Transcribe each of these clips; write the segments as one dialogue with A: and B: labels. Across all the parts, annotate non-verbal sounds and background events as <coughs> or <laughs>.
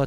A: à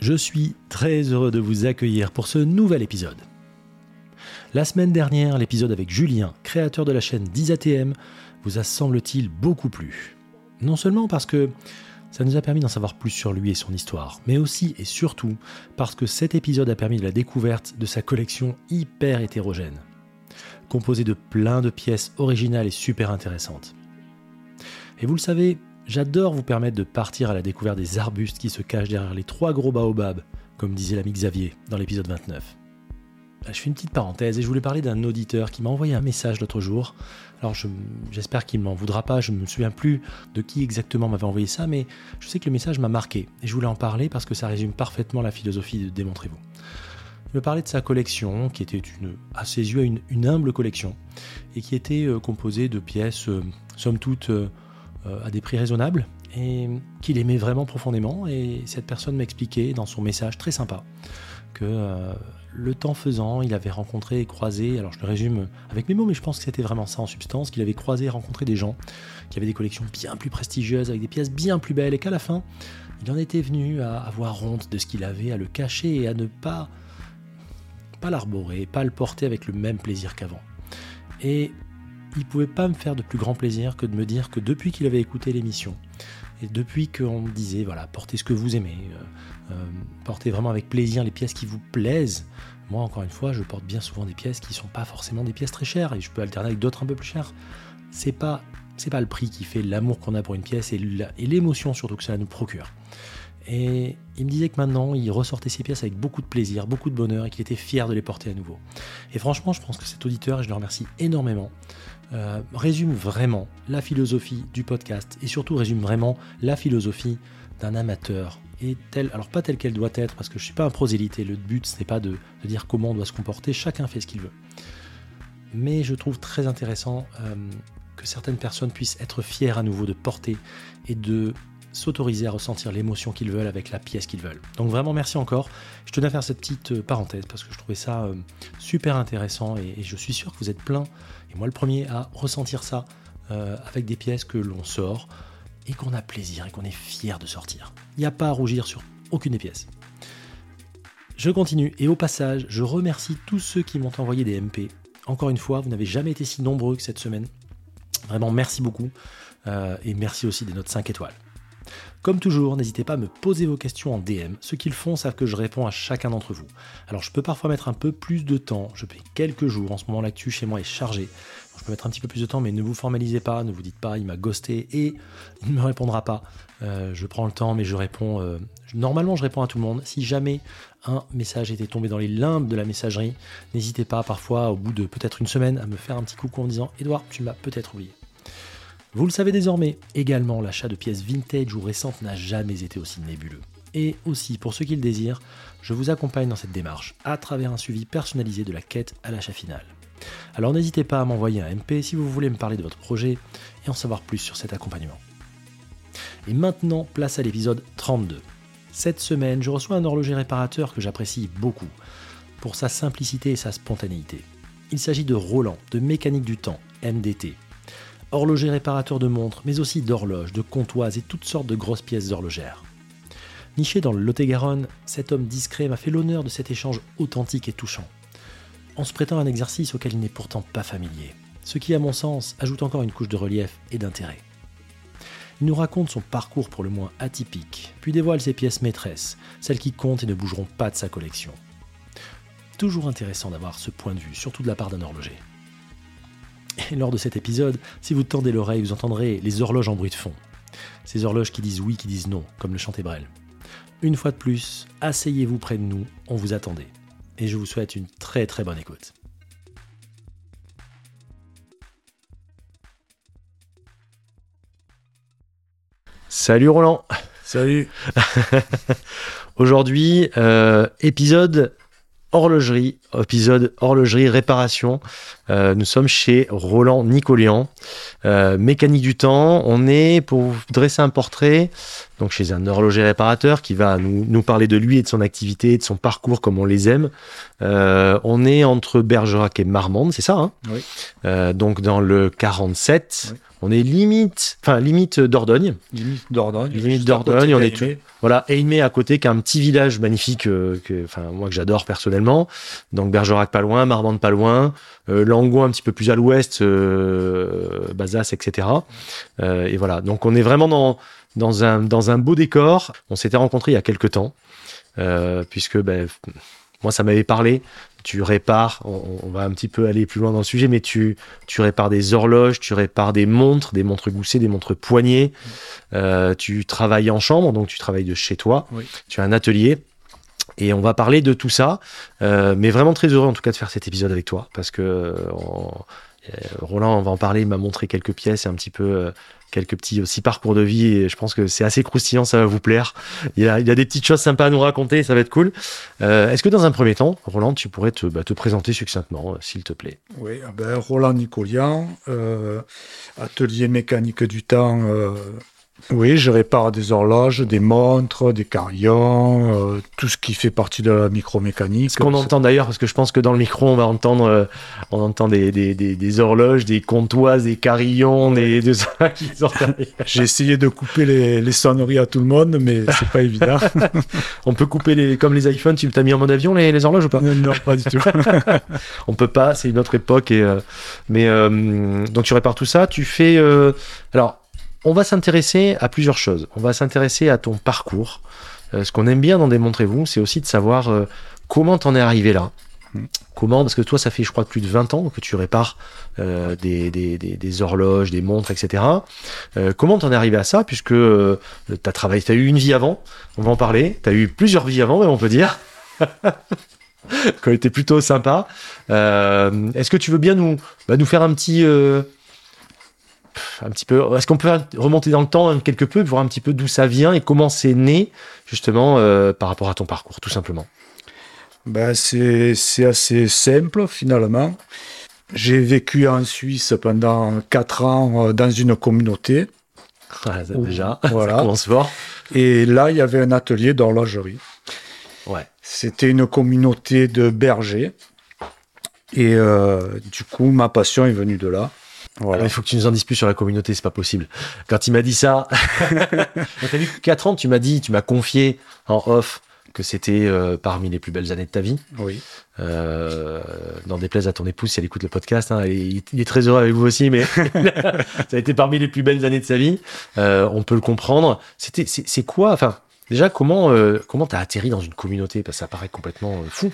A: Je suis très heureux de vous accueillir pour ce nouvel épisode. La semaine dernière, l'épisode avec Julien, créateur de la chaîne 10ATM, vous a semble-t-il beaucoup plu. Non seulement parce que ça nous a permis d'en savoir plus sur lui et son histoire, mais aussi et surtout parce que cet épisode a permis de la découverte de sa collection hyper hétérogène, composée de plein de pièces originales et super intéressantes. Et vous le savez, j'adore vous permettre de partir à la découverte des arbustes qui se cachent derrière les trois gros baobabs, comme disait l'ami Xavier dans l'épisode 29. Là, je fais une petite parenthèse et je voulais parler d'un auditeur qui m'a envoyé un message l'autre jour. Alors je- j'espère qu'il m'en voudra pas, je ne me souviens plus de qui exactement m'avait envoyé ça, mais je sais que le message m'a marqué et je voulais en parler parce que ça résume parfaitement la philosophie de Démontrez-vous. Il me parlait de sa collection, qui était une, à ses yeux une, une humble collection, et qui était euh, composée de pièces, euh, somme toute, euh, euh, à des prix raisonnables, et qu'il aimait vraiment profondément. Et cette personne m'expliquait dans son message très sympa que euh, le temps faisant, il avait rencontré et croisé, alors je le résume avec mes mots, mais je pense que c'était vraiment ça en substance, qu'il avait croisé et rencontré des gens qui avaient des collections bien plus prestigieuses, avec des pièces bien plus belles, et qu'à la fin, il en était venu à avoir honte de ce qu'il avait, à le cacher et à ne pas, pas l'arborer, pas le porter avec le même plaisir qu'avant. Et il pouvait pas me faire de plus grand plaisir que de me dire que depuis qu'il avait écouté l'émission, et depuis qu'on me disait, voilà, portez ce que vous aimez, euh, euh, portez vraiment avec plaisir les pièces qui vous plaisent. Moi, encore une fois, je porte bien souvent des pièces qui sont pas forcément des pièces très chères, et je peux alterner avec d'autres un peu plus chères. C'est pas, c'est pas le prix qui fait l'amour qu'on a pour une pièce et la- et l'émotion surtout que cela nous procure. Et il me disait que maintenant, il ressortait ses pièces avec beaucoup de plaisir, beaucoup de bonheur, et qu'il était fier de les porter à nouveau. Et franchement, je pense que cet auditeur, et je le remercie énormément, euh, résume vraiment la philosophie du podcast et surtout résume vraiment la philosophie d'un amateur. Et tel, alors pas telle qu'elle doit être, parce que je ne suis pas un prosélyte et le but ce n'est pas de, de dire comment on doit se comporter, chacun fait ce qu'il veut. Mais je trouve très intéressant euh, que certaines personnes puissent être fières à nouveau de porter et de s'autoriser à ressentir l'émotion qu'ils veulent avec la pièce qu'ils veulent. Donc vraiment merci encore. Je tenais à faire cette petite euh, parenthèse parce que je trouvais ça euh, super intéressant et, et je suis sûr que vous êtes plein et moi, le premier à ressentir ça euh, avec des pièces que l'on sort et qu'on a plaisir et qu'on est fier de sortir. Il n'y a pas à rougir sur aucune des pièces. Je continue et au passage, je remercie tous ceux qui m'ont envoyé des MP. Encore une fois, vous n'avez jamais été si nombreux que cette semaine. Vraiment, merci beaucoup euh, et merci aussi des notes 5 étoiles. Comme toujours, n'hésitez pas à me poser vos questions en DM. Ceux qui le font savent que je réponds à chacun d'entre vous. Alors je peux parfois mettre un peu plus de temps, je paye quelques jours, en ce moment l'actu chez moi est chargée. Je peux mettre un petit peu plus de temps, mais ne vous formalisez pas, ne vous dites pas il m'a ghosté et il ne me répondra pas. Euh, je prends le temps, mais je réponds. euh, je- normalement, je réponds à tout le monde. Si jamais un message était tombé dans les limbes de la messagerie, n'hésitez pas parfois, au bout de peut-être une semaine, à me faire un petit coucou en me disant Edouard, tu m'as peut-être oublié. Vous le savez désormais, également l'achat de pièces vintage ou récentes n'a jamais été aussi nébuleux. Et aussi, pour ceux qui le désirent, je vous accompagne dans cette démarche à travers un suivi personnalisé de la quête à l'achat final. Alors n'hésitez pas à m'envoyer un MP si vous voulez me parler de votre projet et en savoir plus sur cet accompagnement. Et maintenant, place à l'épisode 32. Cette semaine, je reçois un horloger réparateur que j'apprécie beaucoup pour sa simplicité et sa spontanéité. Il s'agit de Roland, de Mécanique du Temps, MDT horloger réparateur de montres, mais aussi d'horloges, de comptoises et toutes sortes de grosses pièces horlogères. Niché dans le Lot-et-Garonne, cet homme discret m'a fait l'honneur de cet échange authentique et touchant, en se prêtant à un exercice auquel il n'est pourtant pas familier, ce qui, à mon sens, ajoute encore une couche de relief et d'intérêt. Il nous raconte son parcours pour le moins atypique, puis dévoile ses pièces maîtresses, celles qui comptent et ne bougeront pas de sa collection. Toujours intéressant d'avoir ce point de vue, surtout de la part d'un horloger. Et lors de cet épisode, si vous tendez l'oreille, vous entendrez les horloges en bruit de fond. Ces horloges qui disent oui, qui disent non, comme le chantait Brel. Une fois de plus, asseyez-vous près de nous, on vous attendait. Et je vous souhaite une très très bonne écoute.
B: Salut Roland Salut.
A: Aujourd'hui, euh, épisode horlogerie, épisode horlogerie réparation. Euh, nous sommes chez Roland Nicolian, euh, mécanique du temps. On est pour vous dresser un portrait, donc chez un horloger réparateur qui va nous, nous parler de lui et de son activité, et de son parcours comme on les aime. Euh, on est entre Bergerac et Marmande, c'est ça hein
B: Oui.
A: Euh, Donc dans le 47.
B: Oui.
A: On est limite, enfin limite Dordogne.
B: Limite d'Ordogne.
A: Limite
B: Juste à côté
A: d'Ordogne, on est
B: d'Aimé.
A: Voilà, Aimé à côté, qui est un petit village magnifique, euh, que, enfin moi que j'adore personnellement. Donc Bergerac pas loin, Marmande pas loin, euh, Langon un petit peu plus à l'ouest, euh, Bazas, etc. Euh, et voilà, donc on est vraiment dans dans un dans un beau décor. On s'était rencontrés il y a quelques temps, euh, puisque ben, moi ça m'avait parlé. Tu répares, on, on va un petit peu aller plus loin dans le sujet, mais tu tu répares des horloges, tu répares des montres, des montres goussées, des montres poignées. Euh, tu travailles en chambre, donc tu travailles de chez toi.
B: Oui.
A: Tu as un atelier. Et on va parler de tout ça. Euh, mais vraiment très heureux en tout cas de faire cet épisode avec toi. Parce que euh, on- euh, Roland, on va en parler. Il m'a montré quelques pièces et un petit peu euh, quelques petits aussi parcours de vie. Et je pense que c'est assez croustillant, ça va vous plaire. Il a, il a des petites choses sympas à nous raconter, ça va être cool. Euh, Est-ce que dans un premier temps, Roland, tu pourrais te, bah, te présenter succinctement, euh, s'il te plaît
B: Oui, ah ben, Roland Nicolian, euh, atelier mécanique du temps. euh, oui, je répare des horloges, des montres, des carillons, euh, tout ce qui fait partie de la micromécanique.
A: Ce qu'on entend d'ailleurs, parce que je pense que dans le micro, on va entendre, euh, on entend des, des, des, des horloges, des comptoises, des carillons, des, des <laughs> qui sortent derrière.
B: J'ai essayé de couper les, les sonneries à tout le monde, mais c'est
A: <laughs>
B: pas évident.
A: On peut couper les, comme les iPhones, tu t'as mis en mode avion les, les horloges ou pas
B: non, pas du tout.
A: On peut pas, c'est une autre époque. Et, euh, mais euh, donc tu répares tout ça, tu fais. euh, alors, on va s'intéresser à plusieurs choses. On va s'intéresser à ton parcours. Euh, ce qu'on aime bien dans Démontrez-vous, c'est aussi de savoir euh, comment t'en es arrivé là.
B: Mm.
A: Comment Parce que toi, ça fait, je crois, plus de 20 ans que tu répares euh, des, des- des- des horloges, des montres, etc. Euh, comment t'en es arrivé à ça Puisque euh, t'as travaillé, t'as eu une vie avant, on va en parler. T'as eu plusieurs vies avant, même on peut dire. <laughs> Qui ont été plutôt sympa. Euh, Est-ce que tu veux bien nous, bah, nous faire un petit, euh, un petit peu, est-ce qu'on peut remonter dans le temps hein, quelque peu, voir un petit peu d'où ça vient et comment c'est né justement euh, par rapport à ton parcours, tout <laughs> simplement.
B: <laughs> Ben, c'est c'est assez simple finalement. J'ai vécu en Suisse pendant 4 ans euh, dans une communauté.
A: Voilà, Ah, ça,
B: Ouh.
A: déjà,
B: Voilà.
A: ça commence fort.
B: Et là, il y avait un atelier d'horlogerie.
A: Ouais.
B: C'était une communauté de bergers. Et euh, du coup, ma passion est venue de là. Voilà.
A: Il faut que tu nous en dises plus sur la communauté, c'est pas possible. Quand il m'a dit <laughs> ça, quand t'as vu 4 ans, tu m'as dit, tu m'as confié en off que c'était euh, parmi les plus belles années de ta vie.
B: Oui.
A: Euh, n'en déplaise à ton épouse si elle écoute le podcast. hein, et il, il est très heureux avec vous aussi, mais <laughs> ça a été parmi les plus belles années de sa vie. Euh, on peut le comprendre. C'était, c'est, c'est quoi Enfin, déjà, comment euh, comment t'as atterri dans une communauté Parce que ça paraît complètement euh, fou.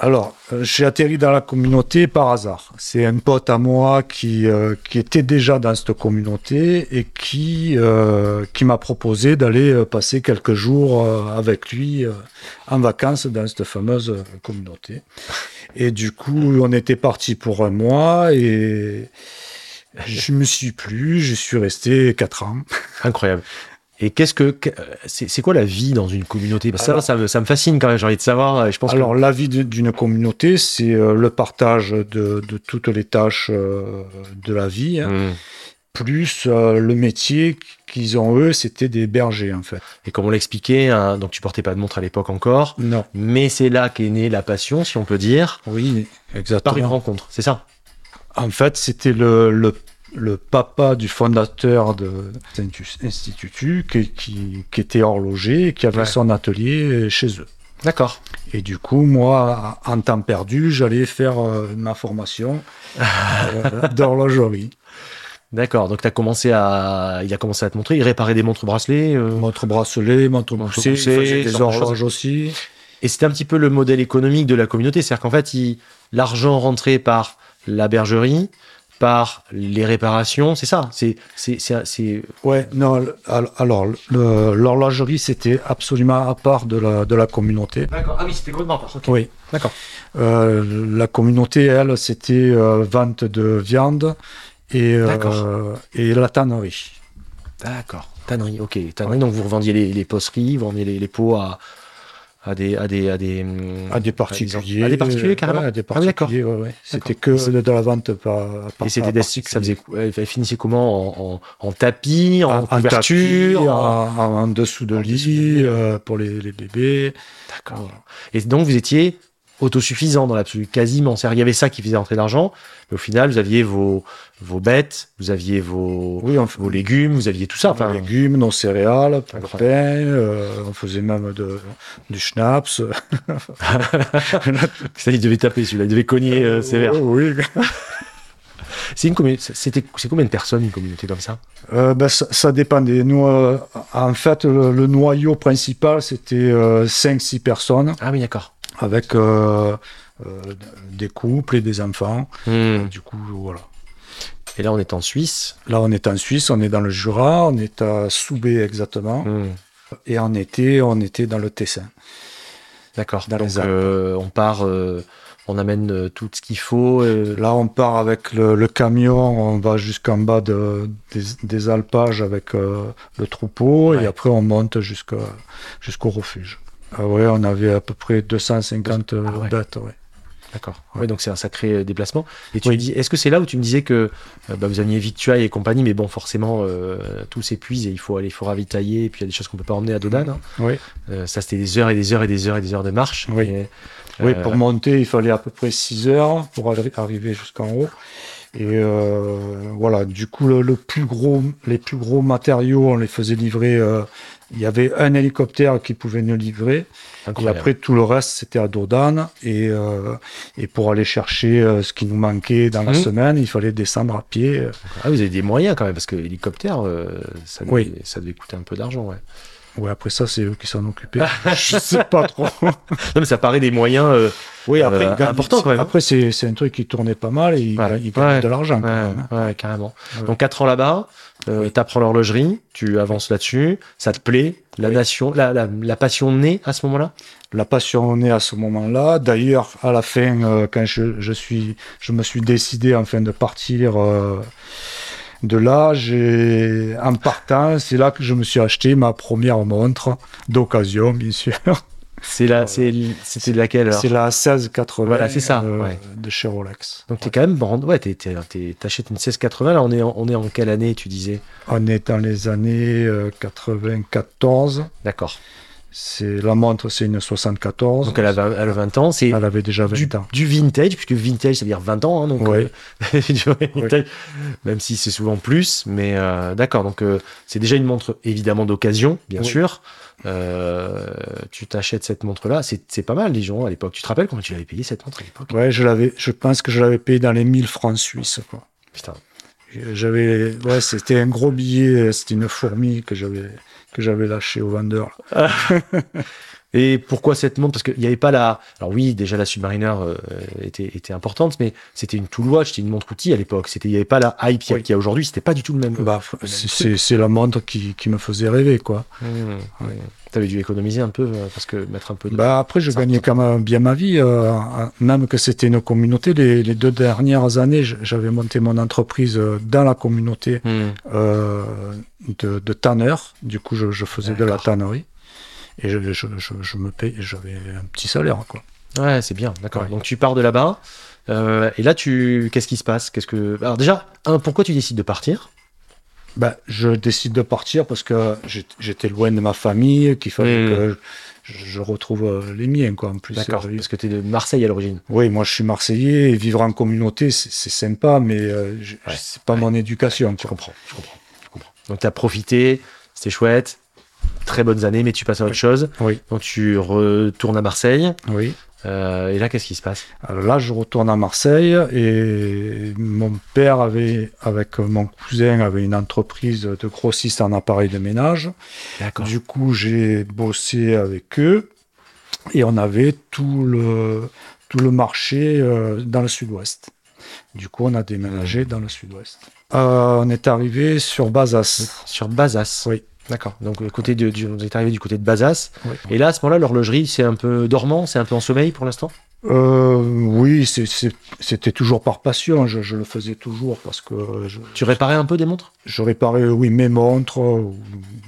B: Alors, euh, j'ai atterri dans la communauté par hasard. C'est un pote à moi qui, euh, qui était déjà dans cette communauté et qui, euh, qui m'a proposé d'aller euh, passer quelques jours euh, avec lui euh, en vacances dans cette fameuse euh, communauté. Et du coup, on était parti pour un mois et je me suis plu, je suis resté quatre ans.
A: Incroyable. Et qu'est-ce que que- c'est, c'est quoi la vie dans une communauté Parce que ça,
B: Alors-
A: ça, me, ça me fascine quand même. J'ai envie de savoir. euh, Je pense que-
B: Alors, la vie de- d'une communauté, c'est euh, le partage de, de toutes les tâches euh, de la vie. hein.
A: Hmm.
B: plus euh, le métier qu'ils ont eux, c'était des bergers en fait.
A: Et comme on l'expliquait, hein, donc tu portais pas de montre à l'époque encore,
B: Non.
A: mais c'est là qu'est née la passion, si on peut dire,
B: Oui,
A: par une
B: exactement.
A: rencontre. C'est ça
B: En fait, c'était le, le, le papa du fondateur de cet institut qui, qui, qui était horloger et qui avait
A: Ouais.
B: son atelier chez eux.
A: D'accord.
B: Et du coup, moi, en temps perdu, j'allais faire euh, ma formation
A: <laughs>
B: euh, d'horlogerie.
A: D'accord, donc t'as commencé à... il a commencé à te montrer, il réparait des montres bracelets. euh,
B: Montre bracelet, montre
A: Montre
B: poussée, il
A: poussée,
B: faisait
A: ce
B: des
A: genre de choses.
B: horloges aussi.
A: Et c'était un petit peu le modèle économique de la communauté, c'est-à-dire qu'en fait, il- l'argent rentrait par la bergerie, par les réparations, c'est ça, c'est... c'est- c'est- c'est-
B: Ouais, non, le- al- alors le- l'horlogerie c'était absolument à part de la, de la communauté.
A: D'accord, ah oui, c'était complètement part, ok.
B: Oui.
A: D'accord.
B: Euh, la communauté, elle, c'était euh, vente de viande et, euh,
A: D'accord. Mmh.
B: et la tannerie.
A: D'accord, Tannerie, ok. Tannerie, donc vous revendiez les, les poteries, vous revendiez les, les pots à, à des. À des, à des, hum,
B: À des particuliers.
A: À des particuliers,
B: euh,
A: carrément.
B: ouais, à des
A: Ah oui, d'accord.
B: particuliers, ouais, ouais. C'était
A: D'accord.
B: que
A: Et c'est-
B: de, de la vente par. par
A: Et c'était
B: par
A: des sticks, ça
B: particulier.
A: faisait, cou- elles finissaient comment en, en- en tapis, en,
B: En- en
A: couverture
B: tapis, en,
A: en-
B: en- en dessous de
A: en dessous de
B: lit, euh, pour les, les bébés.
A: D'accord. Et donc, vous étiez autosuffisant dans l'absolu, quasiment. C'est-à-dire, il y avait ça qui faisait entrer d'argent, mais au final, vous aviez vos, vos bêtes, vous aviez vos,
B: Oui, on, fait
A: vos légumes, vous aviez tout ça. Enfin,
B: nos légumes, nos céréales, pour le
A: Incroyable.
B: pain, euh, on faisait même de, du schnapps.
A: <laughs> ça, il devait taper celui-là, il devait cogner euh, sévère.
B: Oui.
A: C'est une commu- c'était, c'est combien de personnes une communauté comme ça
B: Euh, ben, ça, ça dépendait. Nous, euh, en fait, le, le noyau principal, c'était 5-6 personnes
A: Ah oui, d'accord.
B: avec euh, euh, des couples et des enfants.
A: Hmm.
B: Du coup, voilà.
A: Et là, on est en Suisse.
B: Là, on est en Suisse, on est dans le Jura, on est à Soubé exactement.
A: Hmm.
B: Et en été, on était dans le Tessin.
A: D'accord.
B: Dans les
A: Donc,
B: Alpes.
A: euh, on part, euh, on amène euh, tout ce qu'il faut. euh,
B: Là, on part avec le, le camion, on va jusqu'en bas de- des, des alpages avec euh, le troupeau
A: Ouais.
B: et après on monte jusqu'à- jusqu'au refuge. Ah ouais, on avait à peu près 250
A: Ah ouais.
B: dates. ouais.
A: D'accord.
B: Ouais.
A: Oui, donc c'est un sacré euh, déplacement. Et tu
B: Oui.
A: me dis, est-ce que c'est là où tu me disais que euh, bah, vous aviez victuailles et compagnie, mais bon, forcément, euh, tout s'épuise et il faut aller, il faut ravitailler, et puis il y a des choses qu'on peut pas emmener à Dodane. hein.
B: Oui.
A: Euh, ça, c'était des heures et des heures et des heures et des heures de marche.
B: Oui.
A: Et,
B: Oui,
A: euh,
B: pour monter, il fallait à peu près 6 heures pour arri- arriver jusqu'en haut. Et euh, voilà, du coup, le, le plus gros, les plus gros matériaux, on les faisait livrer. euh, il y avait un hélicoptère qui pouvait nous livrer. Et
A: incroyable.
B: après, tout le reste, c'était à Dodane. Et, euh, et pour aller chercher euh, ce qui nous manquait dans la
A: Mhm.
B: semaine, il fallait descendre à pied. euh,
A: Ah, vous avez des moyens quand même, parce que l'hélicoptère, euh, ça, devait,
B: Oui.
A: ça devait coûter un peu d'argent. Ouais.
B: Ouais, après ça, c'est eux qui s'en
A: <laughs>
B: occupaient. Je sais pas trop.
A: Non, mais ça paraît des moyens. euh,
B: oui,
A: après, ils gagnent-
B: Après, c'est c'est un truc qui tournait pas mal et ils
A: hein. Ouais.
B: gagnent- ils gagnaient
A: Ouais.
B: de l'argent. quand
A: Ouais,
B: même, hein.
A: ouais, carrément.
B: Ouais.
A: Donc 4 ans là-bas, euh, t'apprends l'horlogerie, tu avances là-dessus, ça te plaît, la
B: Oui.
A: nation, la, la, la passion naît à ce moment-là.
B: hein. La passion naît à ce moment-là. D'ailleurs, à la fin, euh, quand je, je, suis, je me suis décidé enfin de partir euh, de là, j'ai, en partant, c'est là que je me suis acheté ma première montre d'occasion, bien sûr.
A: C'est la, c'est, c'était laquelle alors
B: C'est la 1680
A: Voilà, c'est ça,
B: euh,
A: ouais.
B: de chez Rolex.
A: Donc t'es quand même brand, ouais, t'es, t'es, t'es- t'achètes une 1680. Là, on est, en, on est en quelle année tu disais
B: On est dans les années euh, 94.
A: D'accord.
B: C'est, la montre, c'est une 74.
A: Donc elle a, 20, elle a 20 ans, c'est
B: Elle avait déjà 20
A: du,
B: Ah, ans.
A: du vintage, puisque vintage ça veut dire 20 ans, hein, donc.
B: Ouais.
A: euh, <laughs> du vintage, Même si c'est souvent plus, mais euh, d'accord. Donc euh, c'est déjà une montre évidemment d'occasion, bien
B: Oui.
A: sûr. Euh, tu t'achètes cette montre-là, c'est, c'est pas mal, Dijon, à l'époque. Tu te rappelles comment tu l'avais payé cette montre à l'époque
B: Ouais, je l'avais, je pense que je l'avais payé dans les 1000 francs suisses, quoi.
A: Putain.
B: J'avais, ouais, c'était un gros billet, c'était une fourmi que j'avais que j'avais lâché au vendeur.
A: Et pourquoi cette montre Parce qu'il n'y avait pas la. Alors oui, déjà la Submariner euh, était, était importante, mais c'était une tool watch, c'était une montre outil à l'époque. C'était, il n'y avait pas la hype qu'il y a-
B: Oui.
A: qu'il y a aujourd'hui. C'était pas du tout le même.
B: Bah, c'est- c'est c'est la montre qui, qui me faisait rêver, quoi.
A: Mmh, ouais. T'avais dû économiser un peu euh, parce que mettre un peu. De...
B: Bah, après, je
A: Ça
B: gagnais quand même bien ma vie, euh, en- même que c'était une communauté. Les, les deux dernières années, j- j'avais monté mon entreprise euh, dans la communauté
A: Mmh.
B: euh, de, de tanneur. Du coup, je, je faisais de la
A: D'accord.
B: tannerie. Et je, je, je, je me payais, j'avais un petit salaire, quoi.
A: Ouais, c'est bien. D'accord.
B: Ouais.
A: Donc tu pars de là-bas. euh, et là, tu, qu'est-ce qui se passe Qu'est-ce que Alors déjà, un, pourquoi tu décides de partir
B: Ben, je décide de partir parce que j'ét- j'étais loin de ma famille, qu'il fallait
A: Mm.
B: que je, je retrouve euh, les miens, quoi, en plus.
A: D'accord.
B: Euh,
A: Parce que tu es de Marseille à l'origine.
B: Oui, moi, je suis Marseillais, et vivre en communauté, c'est c'est sympa, mais euh, je-
A: Ouais.
B: c'est pas mon éducation,
A: Je
B: quoi.
A: comprends. Je comprends. Je comprends. Donc t'as profité. C'était chouette. Très bonnes années, mais tu passes à autre chose.
B: Oui,
A: Donc tu retournes à Marseille.
B: oui.
A: Euh, et là, qu'est-ce qui se passe
B: Alors là, je retourne à Marseille, et mon père avait, avec mon cousin, avait une entreprise de grossiste en appareils de ménage.
A: D'accord.
B: Du coup, j'ai bossé avec eux et on avait tout le, tout le marché euh, dans le sud-ouest. Du coup, on a déménagé dans le sud-ouest. Euh, on est arrivé sur Bazas.
A: Sur Bazas.
B: Oui.
A: D'accord. Donc le côté de, du, vous êtes arrivé du côté de Bazas.
B: Oui.
A: Et là, à ce moment-là, l'horlogerie, c'est un peu dormant, c'est un peu en sommeil pour l'instant.
B: Euh, Oui, Oui, c'est- c'est- c'était toujours par passion. Je, je le faisais toujours parce que je,
A: Tu réparais un peu des montres
B: je réparais, oui, mes montres, ou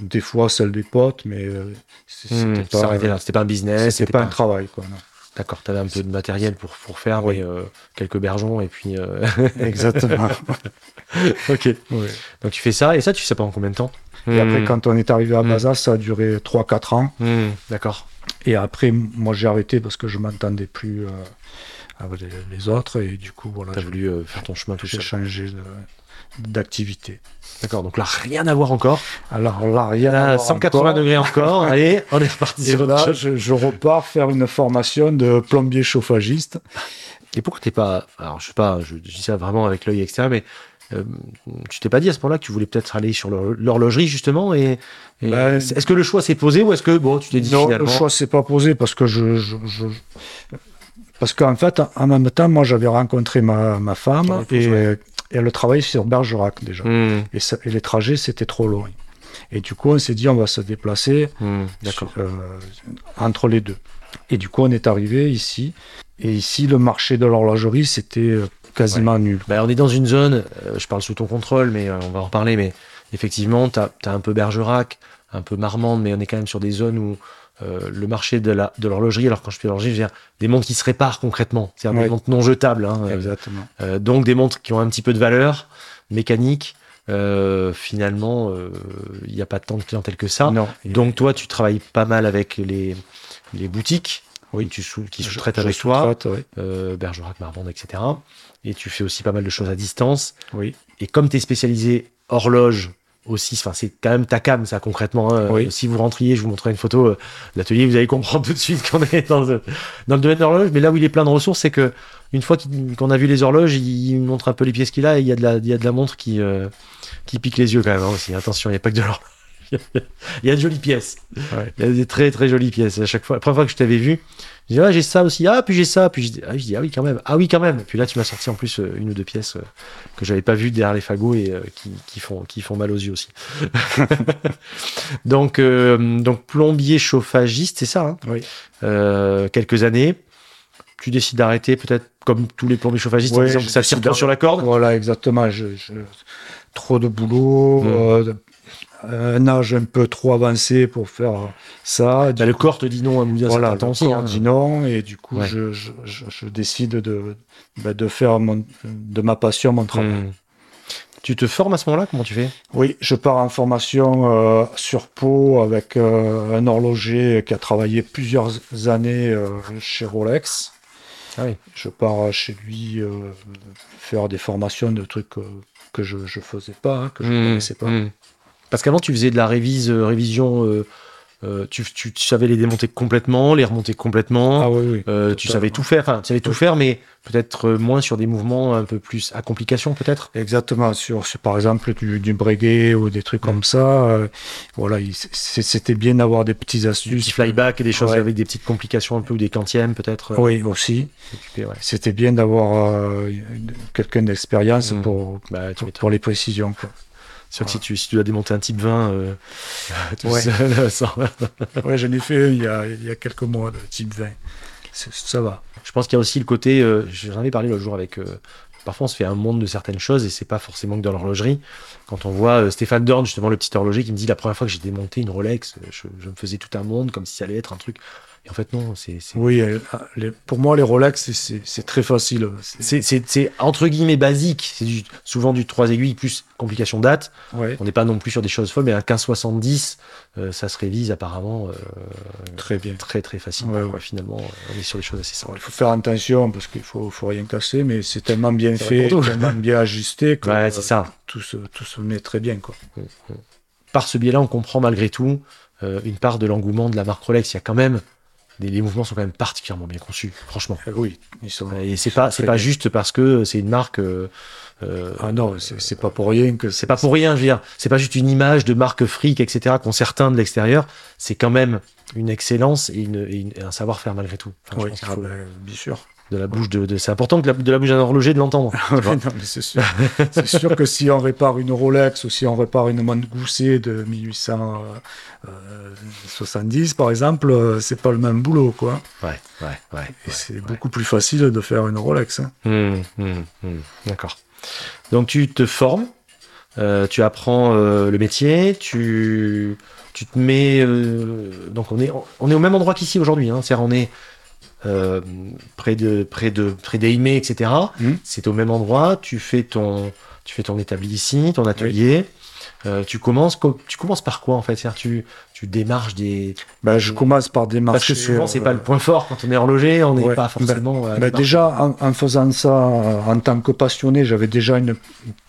B: des fois celles des potes, mais euh, c'est-
A: Hmm,
B: c'était
A: ça
B: pas,
A: s'arrêtait là. C'était pas un business.
B: c'était pas un travail. Quoi, non.
A: <laughs> D'accord, t'avais un peu de matériel pour, pour faire,
B: Oui.
A: mais, euh, quelques bergeons et puis. euh, <laughs>
B: <laughs> Exactement.
A: ok.
B: oui.
A: Donc tu fais ça et ça, tu sais pas en combien de temps
B: Et
A: Hmm.
B: après, quand on est arrivé à
A: Mm.
B: Bazas, ça a duré 3-4 ans.
A: Hmm, D'accord.
B: Et après, m- moi, j'ai arrêté parce que je m'entendais plus euh, avec les, les autres. Et du coup, voilà,
A: T'as
B: j'ai-
A: voulu euh, faire ton chemin tout
B: j'ai
A: seul.
B: changé de- d'activité.
A: D'accord. Donc là, rien à voir encore.
B: Alors là, rien à
A: Là,
B: voir
A: 180
B: encore.
A: degrés encore. Allez, on est reparti
B: Et
A: sur autre
B: là,
A: chose.
B: je, je repars faire une formation de plombier chauffagiste.
A: Et pourquoi t'es pas. Alors, je sais pas, je, je dis ça vraiment avec l'œil extérieur, mais euh, tu t'es pas dit à ce moment-là que tu voulais peut-être aller sur l'hor- l'horlogerie, justement et, et-
B: Ben,
A: Est-ce que le choix s'est posé ou est-ce que, bon, tu t'es dit
B: non,
A: finalement.
B: le choix s'est pas posé parce que je, je- je- parce qu'en fait, en même temps, moi, j'avais rencontré ma,
A: T'en
B: ma
A: as
B: femme
A: plus,
B: et,
A: ouais.
B: et elle travaillait sur Bergerac déjà.
A: Hmm,
B: Et, ça- et les trajets, c'était trop loin. Et du coup, on s'est dit, on va se déplacer
A: hmm, D'accord.
B: euh, entre les deux. Et du coup, on est arrivé ici. Et ici, le marché de l'horlogerie, c'était euh, quasiment nul.
A: Ben, on est dans une zone, euh, je parle sous ton contrôle, mais euh, on va en reparler, mais effectivement, tu as, un peu Bergerac, un peu Marmande, mais on est quand même sur des zones où euh, le marché de la- de l'horlogerie, alors quand je dis horlogerie, je veux dire des montres qui se réparent concrètement, c'est-à-dire des
B: Oui.
A: montres non jetables, hein, euh,
B: Exactement.
A: euh, donc des montres qui ont un petit peu de valeur mécanique. euh, finalement, euh, il n'y a pas tant de clientèle que ça.
B: non.
A: Ah, Donc toi, tu travailles pas mal avec les, les boutiques
B: Oui.
A: tu sous, qui
B: Je-
A: sous-traitent
B: je
A: avec toi
B: sous-traite, oui.
A: euh, Bergerac, Marmande, etc. Et tu fais aussi pas mal de choses à distance.
B: Oui.
A: Et comme tu es spécialisé horloge aussi, enfin, c'est quand même ta cam, ça, concrètement. hein.
B: Oui.
A: Si vous rentriez, je vous montrerai une photo euh, de l'atelier, vous allez comprendre <laughs> tout de suite qu'on est dans le, dans le domaine de l'horloge. Mais là où il est plein de ressources, c'est que une fois qu'il- qu'on a vu les horloges, il, il montre un peu les pièces qu'il a et il y, a de la- il y a de la montre qui, euh, qui pique les yeux quand même hein, aussi. Attention, il n'y a pas que de l'horloge. <laughs> Il y a de jolies pièces.
B: Ouais.
A: Il y a des très très jolies pièces. À chaque fois, la première fois que je t'avais vu, je dis, ah, j'ai ça aussi. Ah, puis j'ai ça. Puis je dis, ah, je dis, ah oui, quand même. Ah oui, quand même. Puis là, tu m'as sorti en plus euh, une ou deux pièces euh, que j'avais pas vues derrière les fagots et euh, qui, qui font, qui font mal aux yeux aussi. <laughs> donc, euh, donc, plombier chauffagiste, c'est ça. hein
B: Oui.
A: Euh, quelques années. Tu décides d'arrêter, peut-être comme tous les plombiers chauffagistes, en
B: Ouais,
A: disant
B: je
A: que ça tire
B: décide
A: trop sur la corde.
B: Voilà, exactement. Je- je- Trop de boulot,
A: Mm.
B: euh, de- un âge un peu trop avancé pour faire ça. Du
A: Bah, le
B: coup,
A: corps te dit non à me dire
B: voilà, le
A: temps aussi.
B: corps
A: hein.
B: dit non, et du coup,
A: Ouais.
B: je, je- je- je décide de, bah, de faire mon- de ma passion mon travail.
A: Hmm. Tu te formes à ce moment-là Comment tu fais
B: Oui, je pars en formation euh, sur Pau avec euh, un horloger qui a travaillé plusieurs années euh, chez Rolex.
A: Ah oui.
B: Je pars chez lui euh, faire des formations de trucs euh, que je ne faisais pas, hein, que je ne
A: Mm,
B: connaissais pas.
A: mm. Parce qu'avant, tu faisais de la révise, euh, révision. euh, euh, tu, tu- tu savais les démonter complètement, les remonter complètement.
B: Ah oui, oui.
A: Euh, tu savais tout faire. Enfin, tu savais tout faire, mais peut-être euh, moins sur des mouvements un peu plus à complication, peut-être.
B: Exactement, sur, sur, par exemple du, du breguet ou des trucs comme ça. euh, voilà, il- c'est- c'était bien d'avoir des petites
A: Du petit
B: astuces.
A: flyback et des choses
B: Ouais.
A: avec des petites complications un peu ou des quantièmes, peut-être. euh,
B: Oui, aussi.
A: occupées, ouais.
B: C'était bien d'avoir euh, quelqu'un d'expérience
A: Mm.
B: pour,
A: Bah, tu
B: pour,
A: m'étonnes.
B: pour les précisions. quoi.
A: C'est sûr que si tu, si tu dois démonter un type 20 euh, <laughs> tout
B: Ouais.
A: seul, euh, sans-
B: Ouais, j'en ai fait un il y a, il y a quelques mois, le type 20. C'est- Ça va.
A: Je pense qu'il y a aussi le côté, euh, j'en avais parlé l'autre jour avec. euh, parfois, on se fait un monde de certaines choses et c'est pas forcément que dans l'horlogerie. Quand on voit euh, Stéphane Dorn, justement, le petit horloger, qui me dit la première fois que j'ai démonté une Rolex, euh, je, je me faisais tout un monde comme si ça allait être un truc. Et en fait, non, c'est. c'est-
B: Oui, euh, les- pour moi, les Rolex, c'est- c'est c'est très facile. C'est-
A: C'est c'est- c'est entre guillemets basique, c'est du- souvent du 3 aiguilles plus complication date.
B: Ouais.
A: On n'est pas non plus sur des choses folles, mais un 1570, euh, ça se révise apparemment euh,
B: Très bien.
A: très très facilement.
B: Ouais,
A: quoi.
B: ouais.
A: Finalement, euh, on est sur des choses assez
B: Bon,
A: simples.
B: il faut faire attention parce qu'il faut, faut rien casser, mais c'est tellement bien
A: C'est
B: fait,
A: vrai pour tout.
B: tellement bien ajusté que
A: Ouais,
B: euh,
A: c'est ça.
B: Tout, se, tout se met très bien. Quoi.
A: par ce biais-là, on comprend malgré tout euh, une part de l'engouement de la marque Rolex. Il y a quand même des, les mouvements sont quand même particulièrement bien conçus, franchement.
B: Euh, Oui, ils sont.
A: Et c'est pas c'est
B: Très
A: pas
B: bien.
A: juste parce que c'est une marque. euh, euh,
B: Ah non, c'est c'est pas pour rien que
A: c'est pas pour rien, je veux dire. C'est pas juste une image de marque fric, etc. qu'ont certains de l'extérieur. C'est quand même une excellence et, une- et une- et un savoir-faire malgré tout. Enfin, je
B: Oui,
A: pense qu'il
B: ah
A: faut-
B: ben, bien sûr.
A: de la bouche de, de- c'est important que la- de la bouche d'un horloger de l'entendre. tu vois.
B: <laughs> Ouais, non, mais c'est sûr. c'est sûr que si on répare une Rolex ou si on répare une Mangousset de 1870, euh, par exemple, euh, c'est pas le même boulot, quoi.
A: <laughs> ouais, ouais, ouais.
B: Et c'est beaucoup plus facile de faire une Rolex. hein.
A: Hmm, hmm, hmm. D'accord. Donc tu te formes, euh, tu apprends euh, le métier, tu, tu te mets. euh, donc on est, on est au même endroit qu'ici aujourd'hui. Hein, C'est-à-dire on est euh, près de près de près d'Aimé, etc.
B: Hmm.
A: C'est au même endroit. Tu fais ton tu fais ton établi ici, ton atelier. Euh, tu commences co- tu commences par quoi en fait C'est-à-dire tu tu démarches des
B: Ben, je commence par des
A: parce que souvent c'est pas le point fort quand on est horloger, on n'est
B: euh, ouais.
A: pas forcément. euh,
B: Ben, déjà, en, en faisant ça euh, en tant que passionné, j'avais déjà une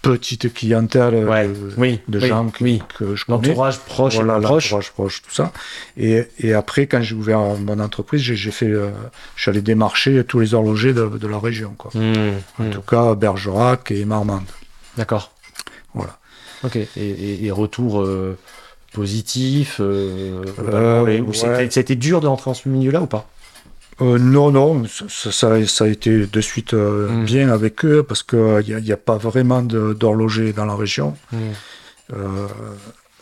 B: petite clientèle euh,
A: Ouais, oui,
B: de
A: oui,
B: gens qui-
A: oui.
B: que je connais.
A: L'entourage proche et
B: Voilà,
A: pas proche.
B: l'entourage proche, tout ça. Et, et après, quand j'ai ouvert euh, mon entreprise, j'ai j'ai fait, euh, je suis allé démarcher tous les horlogers de, de la région, quoi.
A: Hmm,
B: En
A: hmm.
B: tout cas, Bergerac et Marmande.
A: D'accord.
B: Voilà.
A: Ok. Et, et- et retour euh, positif euh,
B: Euh,
A: et- ou
B: ouais.
A: c'était, c'était dur de rentrer dans ce milieu-là ou pas
B: Euh, non, non, ça, ça- ça- ça a été de suite euh,
A: Mm.
B: bien avec eux parce qu'il n'y a, y a pas vraiment de- d'horloger dans la région. Euh,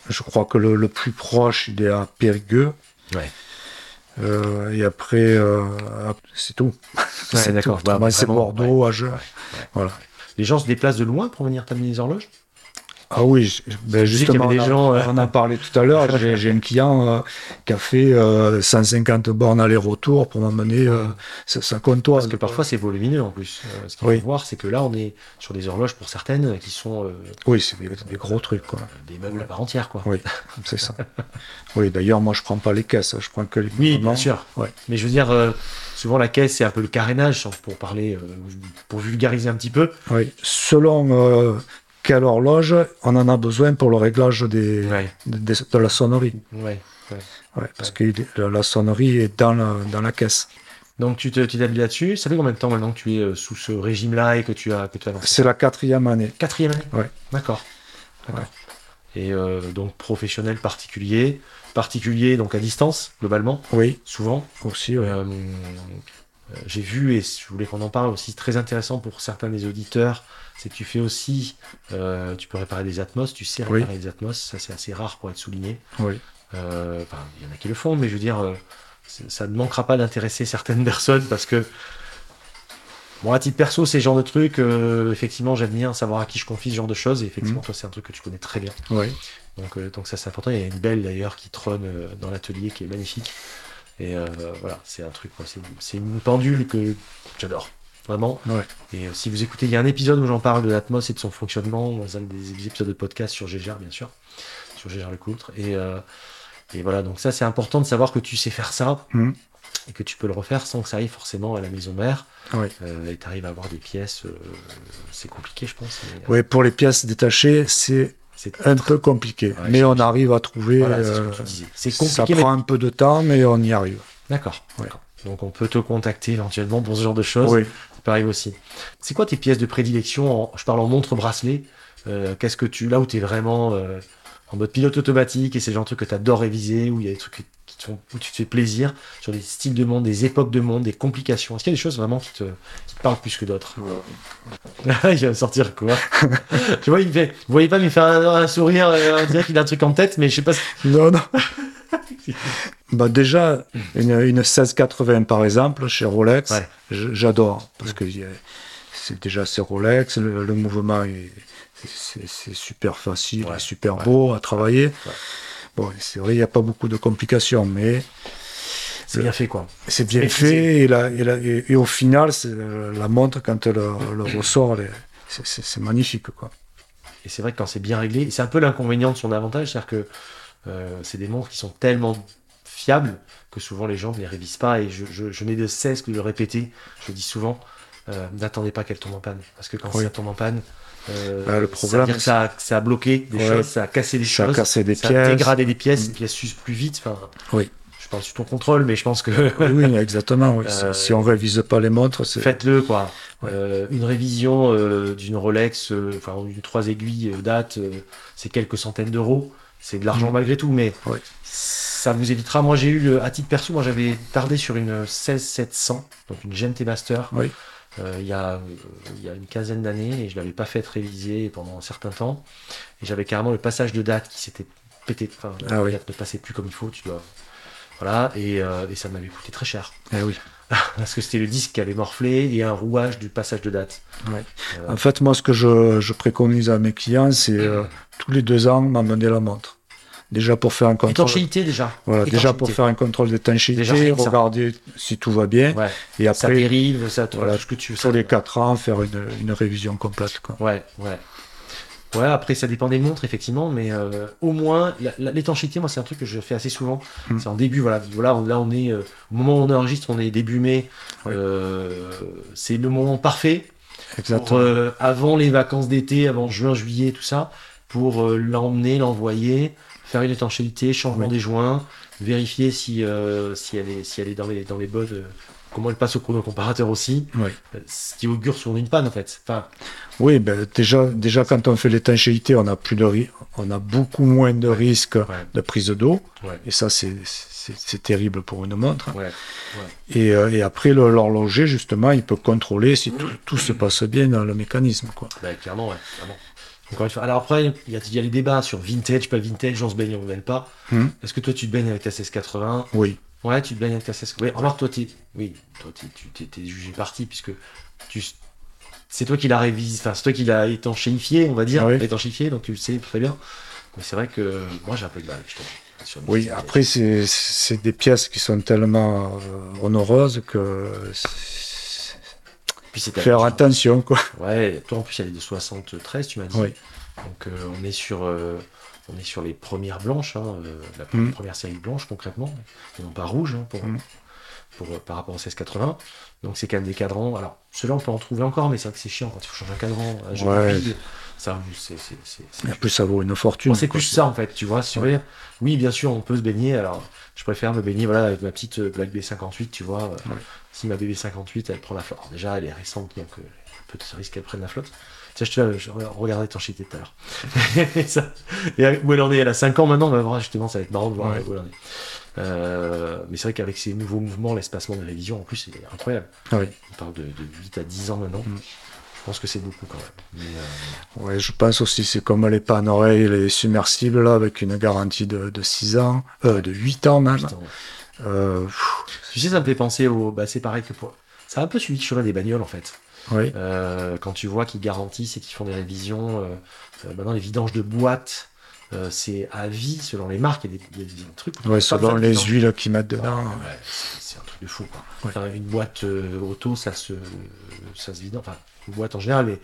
B: je crois que le, le plus proche, il est à Périgueux.
A: Ouais.
B: Euh, et après, euh, c'est tout. <laughs> c'est
A: d'accord.
B: tout. Autrement,
A: Ouais,
B: c'est
A: vraiment,
B: Bordeaux, Agen. Voilà.
A: Les gens se déplacent de loin pour venir terminer les horloges
B: Ah oui, je- ben
A: Je sais qu'il y
B: justement,
A: avait des
B: on, a-
A: gens, euh,
B: on en parlait tout à l'heure.
A: <laughs>
B: J'ai j'ai un client euh, qui a fait euh, 150 bornes aller-retour pour m'emmener euh, sa, sa comptoise.
A: Parce que parfois c'est volumineux en plus. Euh, ce qu'il
B: Oui.
A: faut voir, c'est que là on est sur des horloges pour certaines qui sont euh,
B: Oui, c'est des, des gros trucs, quoi.
A: des meubles à part entière, quoi.
B: Oui.
A: <laughs>
B: C'est ça. oui, d'ailleurs, moi, je prends pas les caisses, je prends que les
A: Oui,
B: mouvements.
A: bien sûr.
B: Ouais.
A: Mais je veux dire, euh, souvent la caisse, c'est un peu le carénage, sans- pour parler, euh, pour vulgariser un petit peu.
B: Oui. Selon euh, quelle horloge, on en a besoin pour le réglage des,
A: Ouais,
B: des- de la sonnerie.
A: ouais.
B: Ouais, parce que il- la, la sonnerie est dans la, dans la caisse.
A: Donc tu te- tu t'établis là-dessus. Ça fait combien de temps maintenant que tu es euh, sous ce régime-là et que tu as que tu as lancé
B: C'est la quatrième année.
A: Quatrième année.
B: Ouais.
A: D'accord. D'accord.
B: Ouais.
A: Et euh, donc professionnel particulier, particulier donc à distance globalement,
B: Oui,
A: souvent.
B: aussi. ouais.
A: Euh, euh, J'ai vu et je voulais qu'on en parle aussi très intéressant pour certains des auditeurs, c'est que tu fais aussi, euh, tu peux réparer des atmos, tu sais
B: Oui.
A: réparer des atmos, ça c'est assez rare pour être souligné.
B: Oui.
A: Euh, enfin, il y en a qui le font, mais je veux dire, euh, c- ça ne manquera pas d'intéresser certaines <laughs> personnes parce que, bon, à titre perso, c'est le genre de truc, euh, effectivement, j'aime bien savoir à qui je confie ce genre de choses, et
B: Mm.
A: effectivement, toi, c'est un truc que tu connais très bien.
B: Oui.
A: Donc, euh, donc ça, c'est important. Il y a une belle d'ailleurs qui trône euh, dans l'atelier qui est magnifique. Et euh, voilà, c'est un truc, quoi. c'est c'est une pendule que j'adore. Vraiment.
B: Ouais.
A: Et euh, si vous écoutez, il y a un épisode où j'en parle de l'Atmos et de son fonctionnement, dans un des épisodes de podcast sur Gégère, bien sûr, sur Gégère Lecoultre. Et, euh, et voilà, donc ça, c'est important de savoir que tu sais faire ça
B: Mhm.
A: et que tu peux le refaire sans que ça arrive forcément à la maison mère.
B: Ouais.
A: Euh, et tu arrives à avoir des pièces, euh, c'est compliqué, je pense. mais, euh,
B: Oui, pour les pièces détachées, c'est
A: C'est
B: un peu compliqué.
A: Ouais,
B: mais
A: je-
B: on arrive à trouver.
A: voilà, c'est ce
B: euh,
A: que tu disais. C'est
B: ça
A: compliqué, mais
B: prend un peu de temps, mais on y arrive.
A: D'accord.
B: Ouais.
A: d'accord. Donc on peut te contacter éventuellement pour ce genre de choses.
B: Oui.
A: Ça peut arriver aussi. C'est quoi tes pièces de prédilection en- Je parle en montre bracelet. Euh, Qu'est-ce que tu là où tu es vraiment euh, en mode pilote automatique et c'est le genre de truc que tu adores réviser où il y a des trucs qui- qui te font, où tu te fais plaisir sur des styles de monde, des époques de monde, des complications. Est-ce qu'il y a des choses vraiment qui te, qui te parlent plus que d'autres <laughs> Il va me sortir quoi Tu vois, il me fait. Vous voyez pas, mais il me fait un, un sourire. euh, on dirait qu'il a un truc en tête, mais je sais pas. si-
B: Non, <laughs> non. bah déjà, une, une 1680 par exemple, chez Rolex,
A: Ouais.
B: j- j'adore. Parce que y a- c'est déjà c'est Rolex, le, le mouvement est, c'est, c'est super facile,
A: Ouais.
B: et super
A: Ouais.
B: beau à travailler. Bon, c'est vrai, il n'y a pas beaucoup de complications, mais
A: C'est bien fait quoi.
B: c'est bien
A: maîtrisé.
B: fait. Et, la- et la- et- et au final, c'est, euh, la montre, quand elle, le ressort, elle est- c'est, c'est- c'est magnifique. Quoi.
A: Et c'est vrai que quand c'est bien réglé, et c'est un peu l'inconvénient de son avantage, c'est-à-dire que euh, c'est des montres qui sont tellement fiables que souvent les gens ne les révisent pas. Et je, je- je n'ai de cesse que de le répéter. Je dis souvent, euh, n'attendez pas qu'elle tombe en panne, parce que quand
B: Oui.
A: ça tombe en panne, euh,
B: Bah,
A: ça,
B: le
A: veut
B: problème,
A: dire que ça, a, que ça a bloqué des
B: Ouais.
A: choses, ça a cassé des
B: Ça a
A: choses,
B: cassé des
A: ça a
B: pièces.
A: dégradé des pièces,
B: Mm.
A: les pièces s'usent plus vite. Enfin,
B: Oui.
A: je parle sous ton contrôle, mais je pense que
B: Oui, exactement. oui.
A: Euh,
B: si on ne révise pas les montres, c'est,
A: Faites-le quoi.
B: Ouais.
A: Euh, une révision euh, d'une Rolex, euh, enfin d'une trois aiguilles euh, date, euh, c'est quelques centaines d'euros. C'est de l'argent malgré tout, mais
B: Mm. Ouais.
A: ça vous évitera. Moi, j'ai eu, le, à titre perso, moi j'avais tardé sur une 16700, donc une GMT Master.
B: Oui.
A: euh, il, y a, euh, il y a une quinzaine d'années, et je l'avais pas fait réviser pendant un certain temps. Et j'avais carrément le passage de date qui s'était pété. Enfin,
B: Ah
A: la
B: oui.
A: date ne passait plus comme il faut, tu dois. Voilà, et, euh, et ça m'avait coûté très cher.
B: Eh oui.
A: Parce que c'était le disque qui avait morflé et un rouage du passage de date.
B: En fait, moi, ce que je, je préconise à mes clients, c'est euh, tous les deux ans m'amener la montre. Déjà pour faire un contrôle.
A: Étanchéité déjà.
B: Voilà, déjà pour
A: Étanchéité.
B: faire un contrôle
A: Déjà, rien
B: d'étanchéité,
A: que ça.
B: regarder si tout va bien.
A: Ouais.
B: Et
A: ça
B: après,
A: dérive, ça tout
B: Voilà,
A: ce que tu ça-
B: sur les quatre ans, faire une, une révision complète. Quoi.
A: Ouais, ouais. Ouais, après ça dépend des montres effectivement, mais euh, au moins la- la- l'étanchéité, moi c'est un truc que je fais assez souvent.
B: Mm.
A: C'est en début, voilà, voilà, on- là on est euh, au moment où on enregistre, on est début mai.
B: Oui.
A: Euh, c'est le moment parfait pour,
B: Exactement.
A: euh, avant les vacances d'été, avant juin, juillet, tout ça, pour euh, l'emmener, l'envoyer, faire une étanchéité, changement
B: Oui.
A: des joints, vérifier si, euh, si elle est, si elle est dans, les, dans les bonnes, euh, comment elle passe au chrono comparateur aussi,
B: Oui.
A: euh, ce qui augure sur une panne en fait. Enfin,
B: Oui, ben, déjà, déjà quand on fait l'étanchéité, on a plus de ri- on a beaucoup moins de risques de prise d'eau.
A: Ouais.
B: Et ça, c'est- c'est c'est terrible pour une montre.
A: Ouais.
B: Et, euh, et après, le- l'horloger, justement, il peut contrôler si tout, tout se passe bien dans le mécanisme. Quoi.
A: Bah, clairement, ouais. clairement. Encore une fois. Alors après, il y, a- il y a les débats sur vintage, pas vintage, on se baigne, on ne baigne pas.
B: Hmm.
A: Est-ce que toi tu te baignes avec ta 1680
B: Oui,
A: Ouais, tu te baignes avec ta 1680. Ouais, remarque, toi, t'es... Oui, toi, t'es, tu t'es, t'es jugé parti, puisque tu... c'est toi qui la révise, enfin, c'est toi qui l'a étanchéifié, on va dire.
B: Ah oui.
A: Étanchéifié, donc tu le sais très bien. Mais c'est vrai que moi, j'ai un peu de mal, je trouve, sur une
B: oui.
A: vintage.
B: Après, c'est- c'est des pièces qui sont tellement euh, honoreuses que c'est-
A: Puis c'est
B: faire attention. Quoi.
A: Ouais, toi en plus elle est de 73, tu m'as dit.
B: Oui.
A: Donc euh, on est sur euh, on est sur les premières blanches, hein, euh, la pre-
B: Mm.
A: première série blanche concrètement, et non pas rouge hein, pour,
B: Mm.
A: pour, euh, par rapport au 1680. Donc c'est quand même des cadrans. Alors ceux-là on peut en trouver encore, mais c'est vrai que c'est chiant quand il faut changer un cadran. un jeu
B: Ouais.
A: rapide. Ça, c'est c'est c'est- c'est-
B: En plus, ça vaut une fortune.
A: Bon, c'est
B: quoi.
A: plus ça en fait, tu vois. si tu veux dire. Oui, bien sûr, on peut se baigner. Alors, je préfère me baigner voilà, avec ma petite euh, Black B58, tu vois. euh,
B: Ouais.
A: Si ma BB58, elle prend la flotte. Alors, déjà, elle est récente, donc euh, peut de risque qu'elle prenne la flotte. Tiens, je te la- je regardais ton shit tout à l'heure. <laughs> et ça- et à- où elle en est, elle a 5 ans maintenant, on va voir justement, ça va être marrant de voir
B: Ouais.
A: où elle en est. Euh, mais c'est vrai qu'avec ces nouveaux mouvements, l'espacement des révisions, en plus, c'est incroyable.
B: Ah oui.
A: On parle de, de 8 à 10 ans maintenant.
B: Mm.
A: Je pense que c'est beaucoup quand même. Mais, euh,
B: Ouais, je pense aussi, c'est comme les pannes oreilles, les submersibles, là, avec une garantie de, de 6 ans, euh, de 8 ans même.
A: putain,
B: Euh, pff,
A: Tu sais, ça me fait penser au. Bah, c'est pareil que pour. Ça a un peu suivi le chemin des bagnoles en fait.
B: oui,
A: Euh, quand tu vois qu'ils garantissent et qu'ils font des révisions, euh, euh, maintenant les vidanges de boîte, euh, c'est à vie selon les marques. Il y a des, il y a des trucs. où tu
B: ouais,
A: peux pas
B: selon
A: faire de
B: les
A: vidange.
B: huiles qu'ils mettent
A: Ouais,
B: dedans.
A: ouais, c'est c'est un truc de fou. Quoi.
B: Ouais.
A: Enfin, une boîte euh, auto, ça se, ça se vidange. Enfin, une boîte en général, mais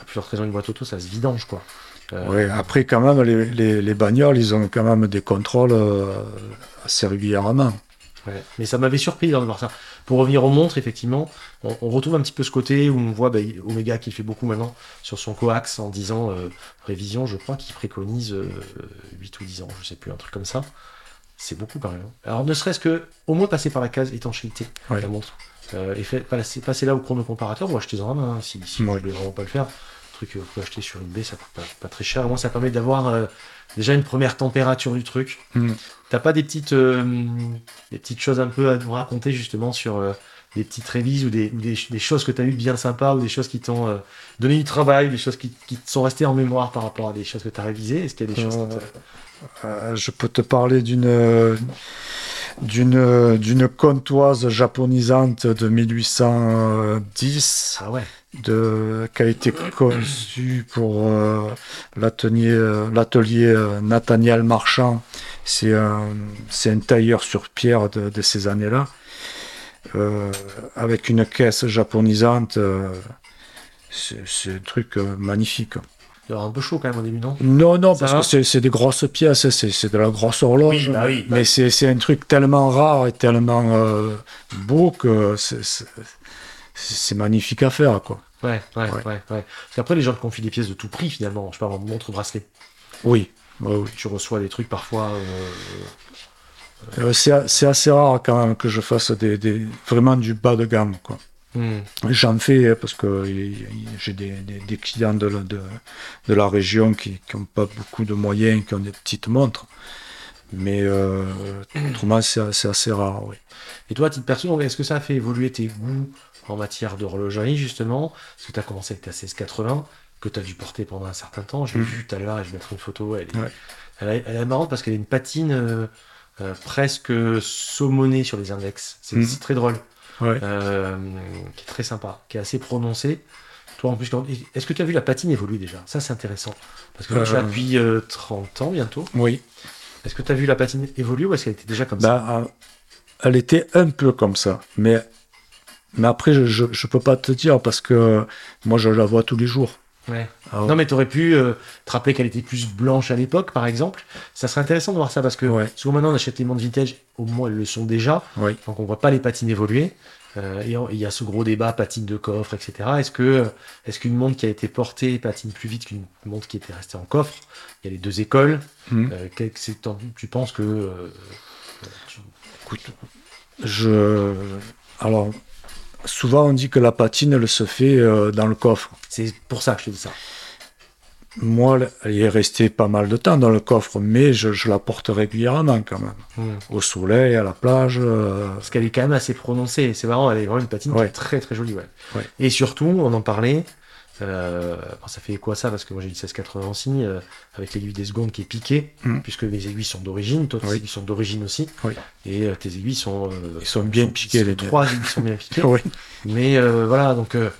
A: à plusieurs raisons, une boîte auto, ça se vidange quoi. Euh,
B: Ouais, après, quand même, les, les, les bagnoles, ils ont quand même des contrôles euh, assez régulièrement.
A: Ouais, mais ça m'avait surpris hein, de voir ça. Pour revenir aux montres, effectivement, on, on retrouve un petit peu ce côté où on voit bah, Omega qui fait beaucoup maintenant sur son coax en disant euh, révision, je crois qu'il préconise euh, 8 ou 10 ans, je sais plus, un truc comme ça. C'est beaucoup quand même. Alors ne serait-ce que au moins passer par la case étanchéité,
B: Ouais.
A: la montre. Euh, et fait, passer, passer là au chrono comparateur ou acheter en main, hein, si, si vous
B: Ouais.
A: voulez vraiment pas le faire. Un truc que vous pouvez acheter sur eBay, ça coûte pas, pas très cher. Au moins ça permet d'avoir euh, déjà une première température du truc.
B: Mm.
A: T'as pas des petites, euh, des petites choses un peu à nous raconter justement sur euh, des petites révises ou des, ou des, des choses que t'as eues de bien sympas ou des choses qui t'ont euh, donné du travail, des choses qui, qui te sont restées en mémoire par rapport à des choses que t'as révisées. Est-ce qu'il y a des choses qui
B: Euh,
A: te-
B: Euh, je peux te parler d'une d'une d'une comptoise japonisante de 1810
A: Ah ouais.
B: de qui a été conçue pour euh, l'atelier euh, l'atelier euh, Nathaniel Marchand c'est un c'est un tailleur sur pierre de, de ces années là avec une caisse japonisante euh, c'est c'est un truc euh, magnifique
A: Alors, un peu chaud quand même au début, non
B: non, non,
A: Ça
B: parce
A: va
B: que c'est- c'est des grosses pièces, c'est c'est de la grosse horloge.
A: bah oui, bah
B: mais c'est c'est un truc tellement rare et tellement euh, beau que c'est- c'est c'est magnifique à faire, quoi.
A: Ouais, ouais, ouais, ouais.
B: Ouais.
A: Parce qu'après, les gens te confient des pièces de tout prix finalement. Je parle en montre bracelet.
B: Oui. Bah oui, oui.
A: Tu reçois des trucs parfois. euh,
B: Euh, c'est a- c'est assez rare quand même que je fasse des, des- vraiment du bas de gamme, quoi.
A: hmm.
B: J'en fais hein, parce que il- il- j'ai des, des- des clients de, la- de, de la région qui n'ont pas beaucoup de moyens, qui ont des petites montres. Mais euh, autrement, c'est c'est assez rare, oui.
A: Et toi, à titre perso, donc, est-ce que ça a fait évoluer tes goûts en matière d'horlogerie, justement Parce que tu as commencé avec ta 1680, que tu as dû porter pendant un certain temps. Je l'ai
B: Mhm.
A: vu tout à l'heure, et je vais mettre une photo. Elle est,
B: Ouais.
A: elle est- elle est marrante parce qu'elle a une patine euh, euh, presque saumonée sur les index. C'est
B: Mhm.
A: c'est très drôle,
B: Ouais.
A: Euh, qui est très sympa, qui est assez prononcée. Toi, en plus, quand- est-ce que tu as vu la patine évoluer déjà Ça, c'est intéressant. Parce que toi, tu
B: Euh.
A: l'as depuis euh, 30 ans bientôt.
B: Oui.
A: Est-ce que tu as vu la patine évoluer ou est-ce qu'elle était déjà comme ça
B: Bah, euh, elle était un peu comme ça, mais, mais après, je, je, je peux pas te dire parce que moi, je la vois tous les jours.
A: Ouais.
B: Ah ouais.
A: Non, mais t'aurais pu euh, te rappeler qu'elle était plus blanche à l'époque, par exemple. Ça serait intéressant de voir ça parce que
B: Ouais.
A: souvent maintenant on achète les montres vintage, au moins elles le sont déjà,
B: Oui.
A: donc on voit pas les patines évoluer. Euh, et on- il y a ce gros débat patine de coffre, etc. Est-ce que est-ce qu'une montre qui a été portée patine plus vite qu'une montre qui était restée en coffre Il y a les deux écoles.
B: Mhm.
A: Euh, quel- c'est- t'en- tu penses que euh, tu-
B: Je... Alors, souvent, on dit que la patine, elle se fait euh, dans le coffre.
A: c'est pour ça que je te dis ça
B: Moi, elle y est restée pas mal de temps dans le coffre, mais je, je la porte régulièrement quand même.
A: Mhm.
B: Au soleil, à la plage. euh,
A: Parce qu'elle est quand même assez prononcée. C'est marrant, elle est vraiment une patine qui
B: Ouais.
A: est très très jolie. Ouais.
B: Ouais.
A: Et surtout, on en parlait. euh, bon, ça fait quoi ça Parce que moi j'ai une 1680 aussi, euh, avec l'aiguille des secondes qui est piquée,
B: Mhm.
A: puisque mes aiguilles sont d'origine, toi tes
B: Oui.
A: aiguilles sont d'origine aussi.
B: Oui.
A: Et euh, tes aiguilles sont. euh,
B: Ils sont bien piquées, les
A: Trois aiguilles sont bien
B: <laughs>
A: piquées.
B: Oui.
A: Mais euh, voilà, donc euh,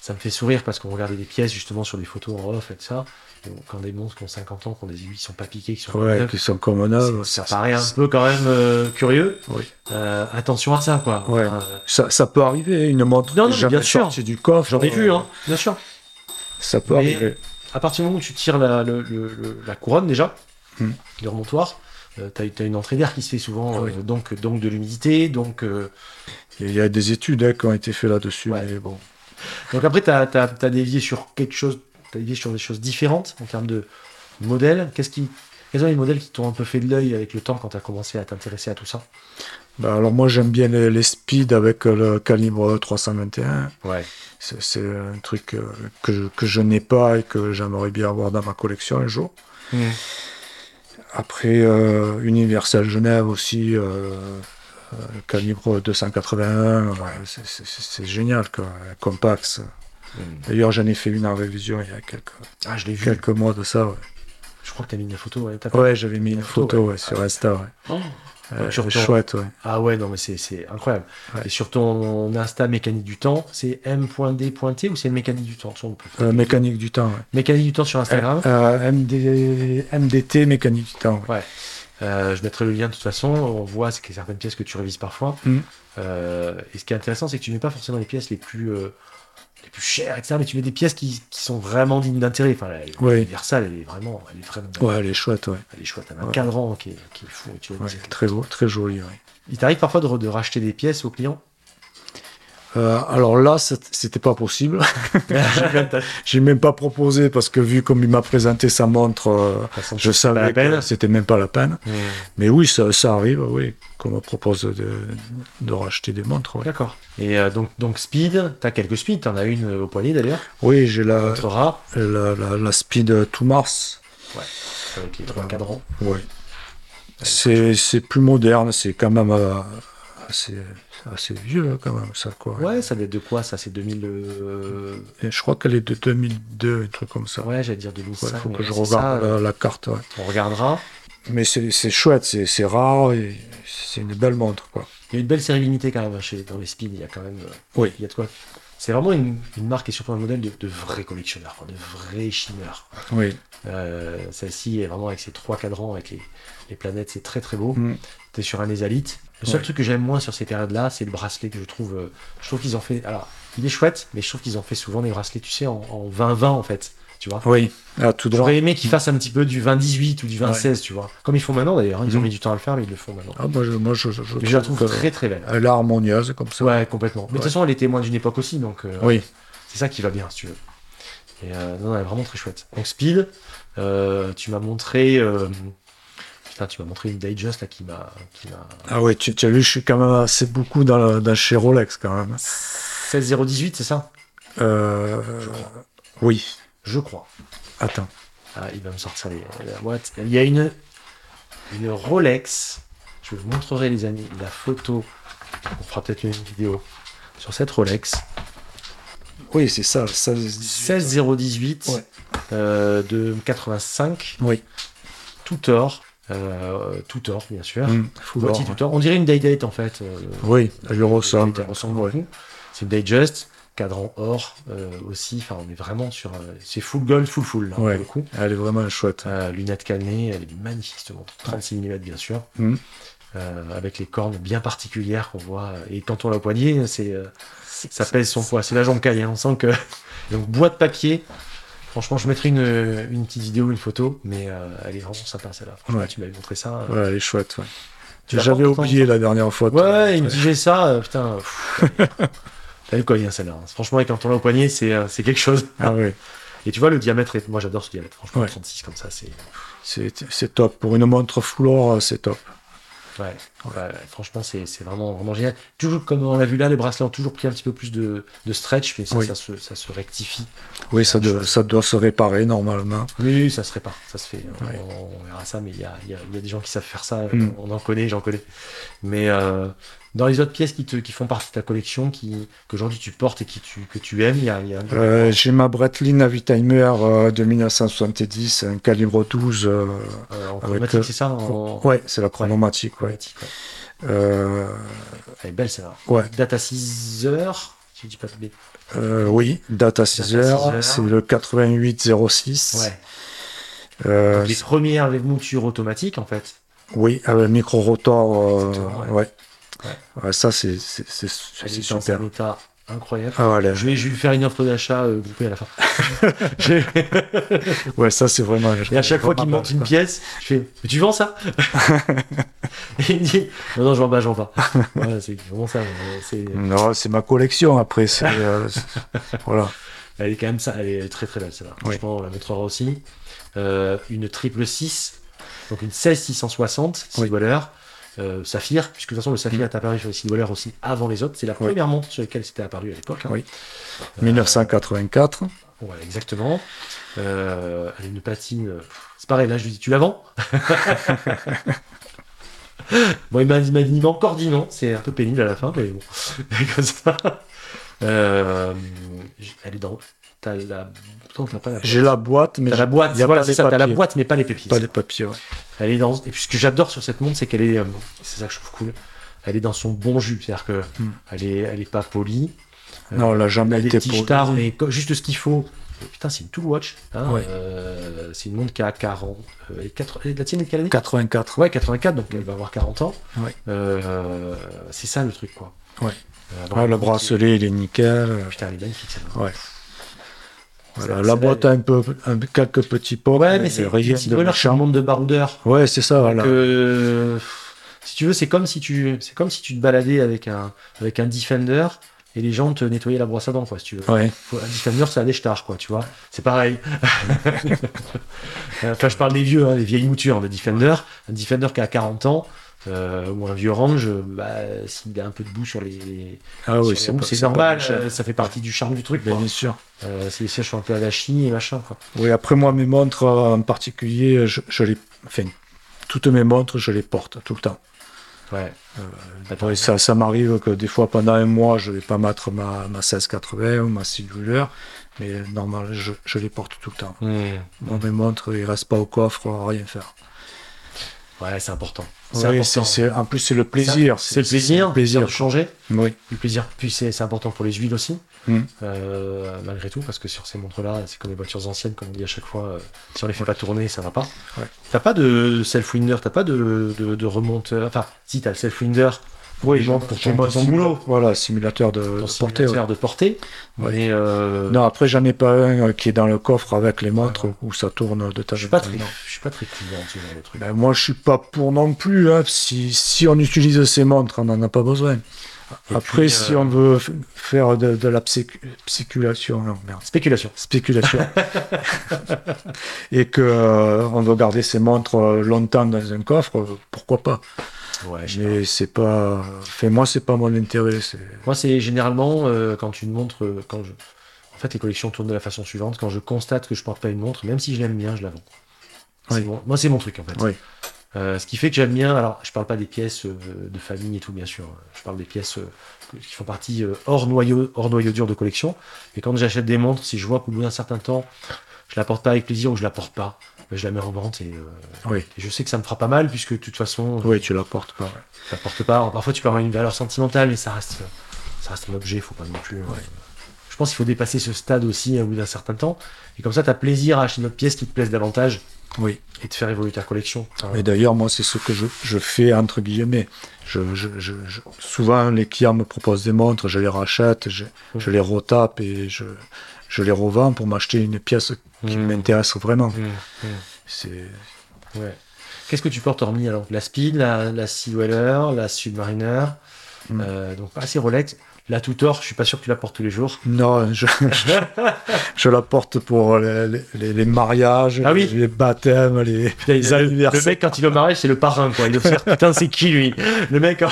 A: ça me fait sourire parce qu'on regardait des pièces justement sur des photos en off et tout ça. Et bon, quand des monstres qui ont 50 ans, qui ont des aiguilles qui sont pas piquées, qui sont pas
B: Ouais,
A: neuves,
B: qui sont comme
A: c'est-
B: neuves.
A: Oh, ça paraît un peu quand même euh, curieux.
B: Oui.
A: Euh, attention à ça, quoi.
B: Ouais.
A: Euh,
B: Ça, ça peut arriver, hein, une montre
A: Non,
B: qui
A: non,
B: est jamais
A: bien sûr.
B: sortie du coffre. euh,
A: J'en ai vu, hein, bien sûr.
B: Ça peut
A: Mais-
B: arriver.
A: À partir du moment où tu tires la, le- le- le- la couronne, déjà,
B: Hmm.
A: le remontoir, euh, t'as as une entrée d'air qui se fait souvent,
B: Oui.
A: euh, donc, donc de l'humidité, donc... euh,
B: Il y a des études hein, qui ont été faites là-dessus.
A: Ouais.
B: mais bon.
A: Donc après, t'as as, dévié sur quelque chose, t'as dévié sur des choses différentes en termes de modèles. Qu'est-ce qui... Quels sont les modèles qui t'ont un peu fait de l'œil avec le temps quand t'as commencé à t'intéresser à tout ça
B: Bah, alors moi j'aime bien les, les speed avec le calibre 321.
A: Ouais.
B: C'est c'est un truc euh, que, je- que je n'ai pas et que j'aimerais bien avoir dans ma collection un jour.
A: Hmm.
B: Après euh, Universal Genève aussi, euh, euh, le calibre 281, ouais, c'est- c'est- c'est c'est génial quoi, un compact.
A: Hmm.
B: D'ailleurs j'en ai fait une en révision il y a quelques,
A: Ah, je l'ai vu.
B: quelques mois de ça. Ouais,
A: Je crois que t'as mis une photo. Ouais, t'as pas-
B: Ouais, j'avais mis une
A: photo,
B: photo ouais, sur Insta. Ouais.
A: Oh.
B: Euh,
A: Sur ton-
B: chouette, ouais.
A: Ah ouais, non, mais c'est- c'est incroyable.
B: Ouais.
A: Et sur ton Insta mécanique du temps, c'est m.d.t ou c'est mécanique du temps sur le plus
B: Euh, mécanique du temps. ouais.
A: Mécanique du temps sur Instagram.
B: Euh, MD- MDT, mécanique du temps. ouais.
A: Euh, je mettrai le lien de toute façon. On voit ce qu'il y a certaines pièces que tu révises parfois.
B: Mm.
A: Euh, et ce qui est intéressant, c'est que tu mets pas forcément les pièces les plus, euh, les plus chères, etc. Mais tu mets des pièces qui, qui sont vraiment dignes d'intérêt. Enfin, la- la-
B: Ouais.
A: l'Universal, elle est vraiment, elle est vraiment,
B: Ouais, elle est chouette, ouais.
A: elle est chouette. Elle a un
B: Ouais.
A: cadran qui est, qui est fou. Tu vois,
B: Ouais,
A: c'est-
B: très, beau, très joli, ouais.
A: Il t'arrive parfois de, re- de racheter des pièces aux
B: <laughs>
A: clients.
B: Euh, alors là, c'est- c'était pas possible. J'ai même pas proposé parce que vu comme il m'a présenté sa montre, euh, je
A: la
B: savais
A: peine.
B: que c'était même pas la peine.
A: Mm.
B: Mais oui, ça, ça arrive, oui, qu'on me propose de, de racheter des montres. ouais.
A: D'accord. Et euh, donc, donc Speed, t'as quelques Speed, t'en as une euh, au poignet d'ailleurs,
B: Oui, j'ai la,
A: notre rat,
B: la, la, la Speed to Mars.
A: avec les trois cadrans.
B: Oui. C'est c'est plus moderne, c'est quand même euh, assez, assez vieux, hein, quand même, ça, quoi.
A: Ouais, ça date de quoi ça C'est 2000. euh,
B: Et je crois qu'elle est de 2002, un truc comme ça.
A: Ouais, j'allais dire
B: Il
A: 2005.
B: faut que
A: mais
B: je
A: c'est
B: regarde
A: ça, euh,
B: la, la carte. ouais.
A: on regardera.
B: Mais c'est c'est chouette, c'est c'est rare et c'est une belle montre. Quoi.
A: Il y a une belle sérénité quand même hein, chez, dans les Speed, il y a quand même. euh,
B: Oui.
A: Il y a de quoi. C'est vraiment une, une marque et surtout un modèle de, de vrais collectionneurs, quoi, de vrais chineurs.
B: Oui.
A: Euh, Celle-ci est vraiment avec ses trois cadrans, avec les, les planètes, c'est très très beau.
B: Mm.
A: T'es sur un Nésalite. Le seul
B: Ouais.
A: truc que j'aime moins sur ces périodes-là, c'est le bracelet que je trouve. euh, je trouve qu'ils en fait. Alors, il est chouette, mais je trouve qu'ils en fait souvent des bracelets, tu sais, en en 20-20 en fait. Tu vois
B: Oui. Ah, tout droit.
A: J'aurais aimé qu'ils fassent un petit peu du 20-18 ou du 20-16, tu vois. Comme ils font maintenant d'ailleurs. hein. Ils ont
B: Mm.
A: mis du temps à le faire, mais ils le font maintenant.
B: Ah, moi, je, moi, je, je- je
A: Mais je la
B: trouve
A: trouve
B: que-
A: très très belle.
B: Elle est harmonieuse comme ça.
A: Ouais, complètement. Mais de toute
B: Ouais.
A: façon, elle est témoin d'une époque aussi, donc euh,
B: Oui.
A: c'est ça qui va bien, si tu veux. Et euh, non, non, elle est vraiment très chouette. Donc Speed, euh, tu m'as montré... euh, putain, tu m'as montré une Digest là, qui m'a... qui m'a-
B: Ah oui, tu, tu as vu, je suis quand même assez beaucoup dans, le- dans chez Rolex quand même.
A: 16018, c'est ça
B: Euh, oui.
A: Je crois.
B: Attends.
A: Ah, il va me sortir les, la boîte. Il y a une... une Rolex. Je vous montrerai, les amis, la photo. On fera peut-être une vidéo sur cette Rolex.
B: Oui, c'est ça. ça c'est
A: 16018
B: Ouais.
A: euh, de 85.
B: Oui.
A: Tout or. Euh, tout or, bien sûr.
B: Mm.
A: Moitié
B: Or,
A: tout or. On dirait une day date en fait. euh,
B: Oui, elle lui ressemble.
A: elle ressemble beaucoup. C'est une digest, cadran or euh, aussi. Enfin, on est vraiment sur. euh, c'est full gold, full full là, pour
B: Ouais.
A: le coup.
B: Elle est vraiment chouette.
A: Euh, lunettes canées, elle est magnifique cette montre. 36 mm bien sûr.
B: Mm.
A: Euh, avec les cornes bien particulières qu'on voit. euh, Et quand on l'a au poignet, c'est, euh, ça pèse son poids. C'est la jambe caille. hein. On sent que. <laughs> Donc, boîte papier. Franchement, je mettrai une, une petite vidéo, une photo, mais euh, elle est vraiment sympa celle-là. Franchement,
B: Ouais.
A: tu m'avais montré ça. euh,
B: Ouais, elle est chouette. ouais.
A: Tu la
B: J'avais
A: portes, toi
B: oublié la dernière fois.
A: Ouais,
B: toi.
A: il me dit j'ai ça, euh, putain. pff,
B: <laughs>
A: T'as vu quoi, bien celle-là. hein. Franchement, avec un tournoi au poignet, c'est euh, c'est quelque chose.
B: Ah oui,
A: <laughs> Et tu vois, le diamètre, est... moi j'adore ce diamètre, franchement,
B: Ouais.
A: 36 comme ça, c'est.
B: c'est c'est top. Pour une montre full or, c'est top.
A: Ouais, ouais, ouais, franchement, c'est c'est vraiment, vraiment génial. Toujours, comme on l'a vu là, les bracelets ont toujours pris un petit peu plus de, de stretch, mais ça,
B: Oui.
A: ça, se, ça se rectifie.
B: Oui, ça, doit- ça doit se réparer normalement.
A: Oui, oui, ça se répare, ça se fait. On-
B: Ouais.
A: On, verra ça, mais il y a, il y a- il y a des gens qui savent faire ça.
B: Mm.
A: On en connaît, j'en connais. Mais euh, dans les autres pièces qui, te, qui font partie de ta collection, qui qu'aujourd'hui tu portes et qui tu, que tu aimes, il y a, il y a un-
B: Euh, J'ai ma Breitling Navitimer euh, de 1970, un calibre 12. euh,
A: Euh, en
B: Avec,
A: chromatique,
B: euh,
A: c'est ça en...
B: Ouais, c'est la chronomatique, ouais.
A: chromatique, ouais.
B: Euh,
A: Elle est belle celle-là.
B: ouais.
A: Date à 6 heures, si je dis pas de bêtises.
B: euh, oui, date à 6 heures,
A: heures.
B: c'est le 8806.
A: Ouais.
B: Euh,
A: Les premières avec mouture automatique en fait.
B: oui, avec micro-rotor. euh,
A: Exactement, ouais.
B: ouais. Ouais, ça, c'est c'est- c'est- c'est
A: Elle est dans
B: super.
A: un état incroyable.
B: Ah, voilà.
A: Je vais, je vais lui faire une offre d'achat euh, groupée à la fin.
B: <laughs>
A: J'ai-
B: Ouais, ça, c'est vraiment.
A: Et à chaque fois qu'il me manque une pièce, je fais Mais tu vends ça
B: <laughs>
A: Et il me dit Non, non, je vends pas, je vends pas. Voilà, c'est vraiment ça. euh, c'est-
B: Non, c'est ma collection après.
A: <laughs>
B: c'est, euh, c'est- voilà.
A: Elle est quand même ça, elle est très très belle celle-là.
B: Oui.
A: Franchement, on la montrera aussi. Euh, une triple 6, donc une 16 660
B: Oui. Mm.
A: Seedwaller, euh, Saphir, puisque de toute façon le Saphir est apparu sur les Seedwaller aussi avant les autres. C'est la
B: Oui.
A: première montre sur laquelle c'était apparu à l'époque. hein.
B: Oui. 1984.
A: Ouais, exactement. Euh, elle a une patine. euh, C'est pareil, là je lui dis Tu la
B: <laughs>
A: vends Bon, il m'a il m'a dit- il m'a encore dit non, c'est un peu pénible à la fin, mais bon, <laughs> comme ça. Euh, elle est dans. T'as la. Attends, t'as pas la-
B: J'ai la boîte, mais
A: T'as la boîte,
B: il y a
A: voilà,
B: pas
A: c'est
B: les
A: ça, t'as la
B: papiers.
A: boîte mais pas les pépites.
B: j'ai pas les papiers. ouais.
A: Elle est dans, et puis ce que j'adore sur cette montre, c'est qu'elle est, euh, c'est ça que je trouve cool, elle est dans son bon jus, c'est-à-dire que
B: Hmm.
A: elle est, elle est pas polie, Euh,
B: Non, on l'a jamais
A: elle a des
B: été
A: petits
B: pour.
A: stars, mais co- juste ce qu'il faut. Et putain, c'est une tool watch, hein,
B: Ouais.
A: euh, c'est une montre qui a 40, euh, et 80 et la tienne est de quelle année
B: 84.
A: Ouais, 84, donc elle va avoir 40 ans.
B: Ouais.
A: Euh, c'est ça le truc, quoi.
B: Ouais.
A: Euh,
B: Ah, le bracelet, il est nickel.
A: Putain, elle est magnifique celle-là.
B: Ouais. Voilà,
A: C'est-
B: la
A: c'est
B: boîte a un peu, un- quelques petits pots.
A: Ouais, mais c'est
B: rien
A: petit
B: de
A: bonheur, euh, c'est une
B: méchant.
A: montre de baroudeur.
B: Ouais, c'est ça. Voilà.
A: que si tu veux, c'est comme si tu, c'est comme si tu te baladais avec un, avec un Defender et les gens te nettoyaient la brosse à dents, quoi, si tu veux.
B: Ouais.
A: Faut- Un Defender, c'est un déchetard, quoi, tu vois. C'est
B: <laughs>
A: pareil. enfin, je parle des vieux, hein, les vieilles moutures, de Defender. Un Defender qui a 40 ans, euh, ou un vieux Range, euh, bah, s'il a un peu de boue sur les,
B: Ah
A: sur
B: oui,
A: les
B: c'est
A: roues,
B: pas-
A: c'est
B: c'est pas
A: normal,
B: méchant.
A: euh, ça fait partie du charme du truc, quoi.
B: Bien sûr.
A: Euh, c'est les sièges sont un peu avachis et machin, quoi.
B: Oui, après moi, mes montres euh, en particulier, je, je les. Enfin, toutes mes montres, je les porte tout le temps.
A: Ouais. Attends,
B: Oui, ça, ça m'arrive que des fois pendant un mois, je vais pas mettre ma, ma 1680 ou ma Silver, mais normal, je, je les porte tout le temps.
A: Hmm.
B: Moi, mes montres, ils restent pas au coffre, à rien faire.
A: Ouais, c'est important.
B: Oui, c'est- c'est- en plus, c'est le plaisir.
A: C'est le plaisir, plaisir de
B: plaisir.
A: changer.
B: Oui,
A: du plaisir. Puis c'est c'est important pour les huiles aussi,
B: Mm.
A: Euh, malgré tout, parce que sur ces montres-là, c'est comme les voitures anciennes, comme on dit à chaque fois, euh, si on les fait pas tourner, ça va pas.
B: Ouais.
A: T'as pas de self-winder, t'as pas de, de, de remonteur, enfin, si t'as le self-winder,
B: oui,
A: les gens pour ton- pour ton boulot.
B: Voilà, simulateur de,
A: ton
B: de portée.
A: simulateur de portée,
B: Ouais.
A: mais euh,
B: ouais. Non, après, j'en ai pas un euh, qui est dans le coffre avec les montres où ça tourne de ta
A: je suis pas très, je suis pas très client de ce genre de truc.
B: Ben, moi, je suis pas pour non plus. hein. Si, si on utilise ces montres, on n'en a pas besoin.
A: Et
B: Après,
A: puis,
B: si
A: euh,
B: on veut f- faire de, de la psyc- psyculation, non, merde,
A: Spéculation. <laughs>
B: spéculation, et que euh, on veut garder ces montres euh, longtemps dans un coffre, euh, pourquoi pas
A: Ouais, je sais
B: Mais c'est pas, fait, moi, c'est pas mon intérêt. c'est-
A: Moi, c'est généralement euh, quand une montre, euh, quand je, en fait, les collections tournent de la façon suivante. Quand je constate que je porte pas une montre, même si je l'aime bien, je la vends. C'est
B: Oui.
A: mon- Moi, c'est mon truc en fait.
B: Oui.
A: Euh, ce qui fait que j'aime bien, alors je parle pas des pièces euh, de famille et tout, bien sûr, je parle des pièces euh, qui font partie euh, hors, noyau, hors noyau dur de collection. Mais quand j'achète des montres, si je vois qu'au bout d'un certain temps, je la porte pas avec plaisir ou je la porte pas, ben, je la mets en vente et, euh,
B: Oui.
A: et je sais que ça me fera pas mal puisque de toute façon,
B: Oui, tu la portes pas. ouais.
A: tu la portes pas. Alors, Parfois tu peux avoir une valeur sentimentale, mais ça reste, ça reste un objet, faut pas non plus. euh, Je pense qu'il faut dépasser ce stade aussi hein, au bout d'un certain temps. Et comme ça, tu as plaisir à acheter une autre pièce qui te plaise davantage
B: Oui.
A: et de faire évoluer ta collection. Enfin,
B: Et d'ailleurs, moi, c'est ce que je, je fais entre guillemets. Je, je, je, je- souvent, les clients me proposent des montres, je les rachète, je, je les retape et je, je les revends pour m'acheter une pièce qui
A: Mm.
B: m'intéresse vraiment.
A: Mm, mm.
B: C'est
A: Ouais. Qu'est-ce que tu portes hormis alors La Speed, la, la Sea Whaler, la Submariner,
B: Mm.
A: euh, donc assez Rolex. La Tutor, je suis pas sûr que tu la portes tous les jours.
B: non, je, je, je la porte pour les, les, les mariages,
A: Ah oui.
B: les baptêmes, les, les
A: le,
B: anniversaires.
A: le mec, quand il est au mariage, c'est le parrain, quoi. Il doit se dire, putain, c'est qui lui le mec, en,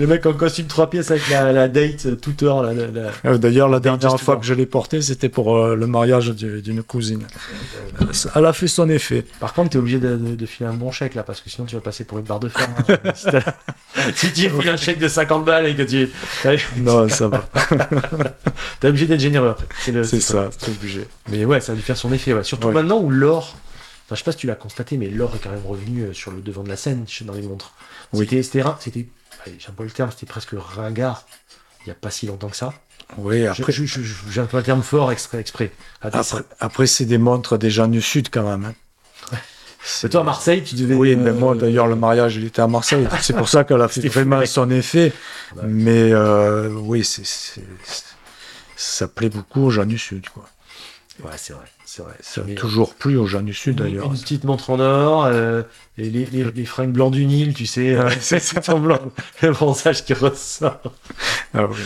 A: le mec en costume trois pièces avec la, la date Tutor. La, la- la-
B: Euh, D'ailleurs, la dernière
A: Just
B: fois
A: Born.
B: que je l'ai portée, c'était pour euh, le mariage du- d'une cousine. Euh, ça- Elle a fait son effet.
A: Par contre, t'es obligé de, de- de filer un bon chèque là, parce que sinon tu vas passer pour une barre de fer.
B: <laughs>
A: hein. si, t'as- si tu files un chèque de 50 balles et que tu.
B: Non, ça va.
A: T'es obligé d'être généreux après. C'est le-
B: C'est ça, c'est obligé.
A: Mais ouais, ça a dû faire son effet, ouais. Surtout
B: Ouais.
A: maintenant où l'or, enfin, je sais pas si tu l'as constaté, mais l'or est quand même revenu euh, sur le devant de la scène chez- dans les montres.
B: Oui.
A: C'était, c'était, ra- c'était, allez, j'aime pas le terme, c'était presque ringard. Il y a pas si longtemps que ça.
B: Oui,
A: Je-
B: après,
A: je- je- je- j'ai un terme fort exprès. exprès. À des-
B: après, après, c'est des montres des gens du Sud quand même. hein.
A: Mais toi, Ah. à Marseille, tu devais.
B: Oui,
A: euh,
B: mais moi, d'ailleurs, le mariage, il était à Marseille. C'est pour ça qu'elle a
A: <laughs>
B: fait
A: C'était
B: vraiment
A: fou.
B: son effet.
A: Bah.
B: Mais euh, oui, c'est, c'est- c'est- ça plaît beaucoup aux gens du Sud. Quoi.
A: Ouais, c'est vrai, c'est vrai.
B: Ça a
A: Mais-
B: toujours plu aux gens du Sud,
A: Une,
B: d'ailleurs.
A: une petite montre en or, euh, et les, les, les fringues blancs du Nil, tu sais, euh, <laughs> c'est semblant, le bronzage qui ressort,
B: Ah oui.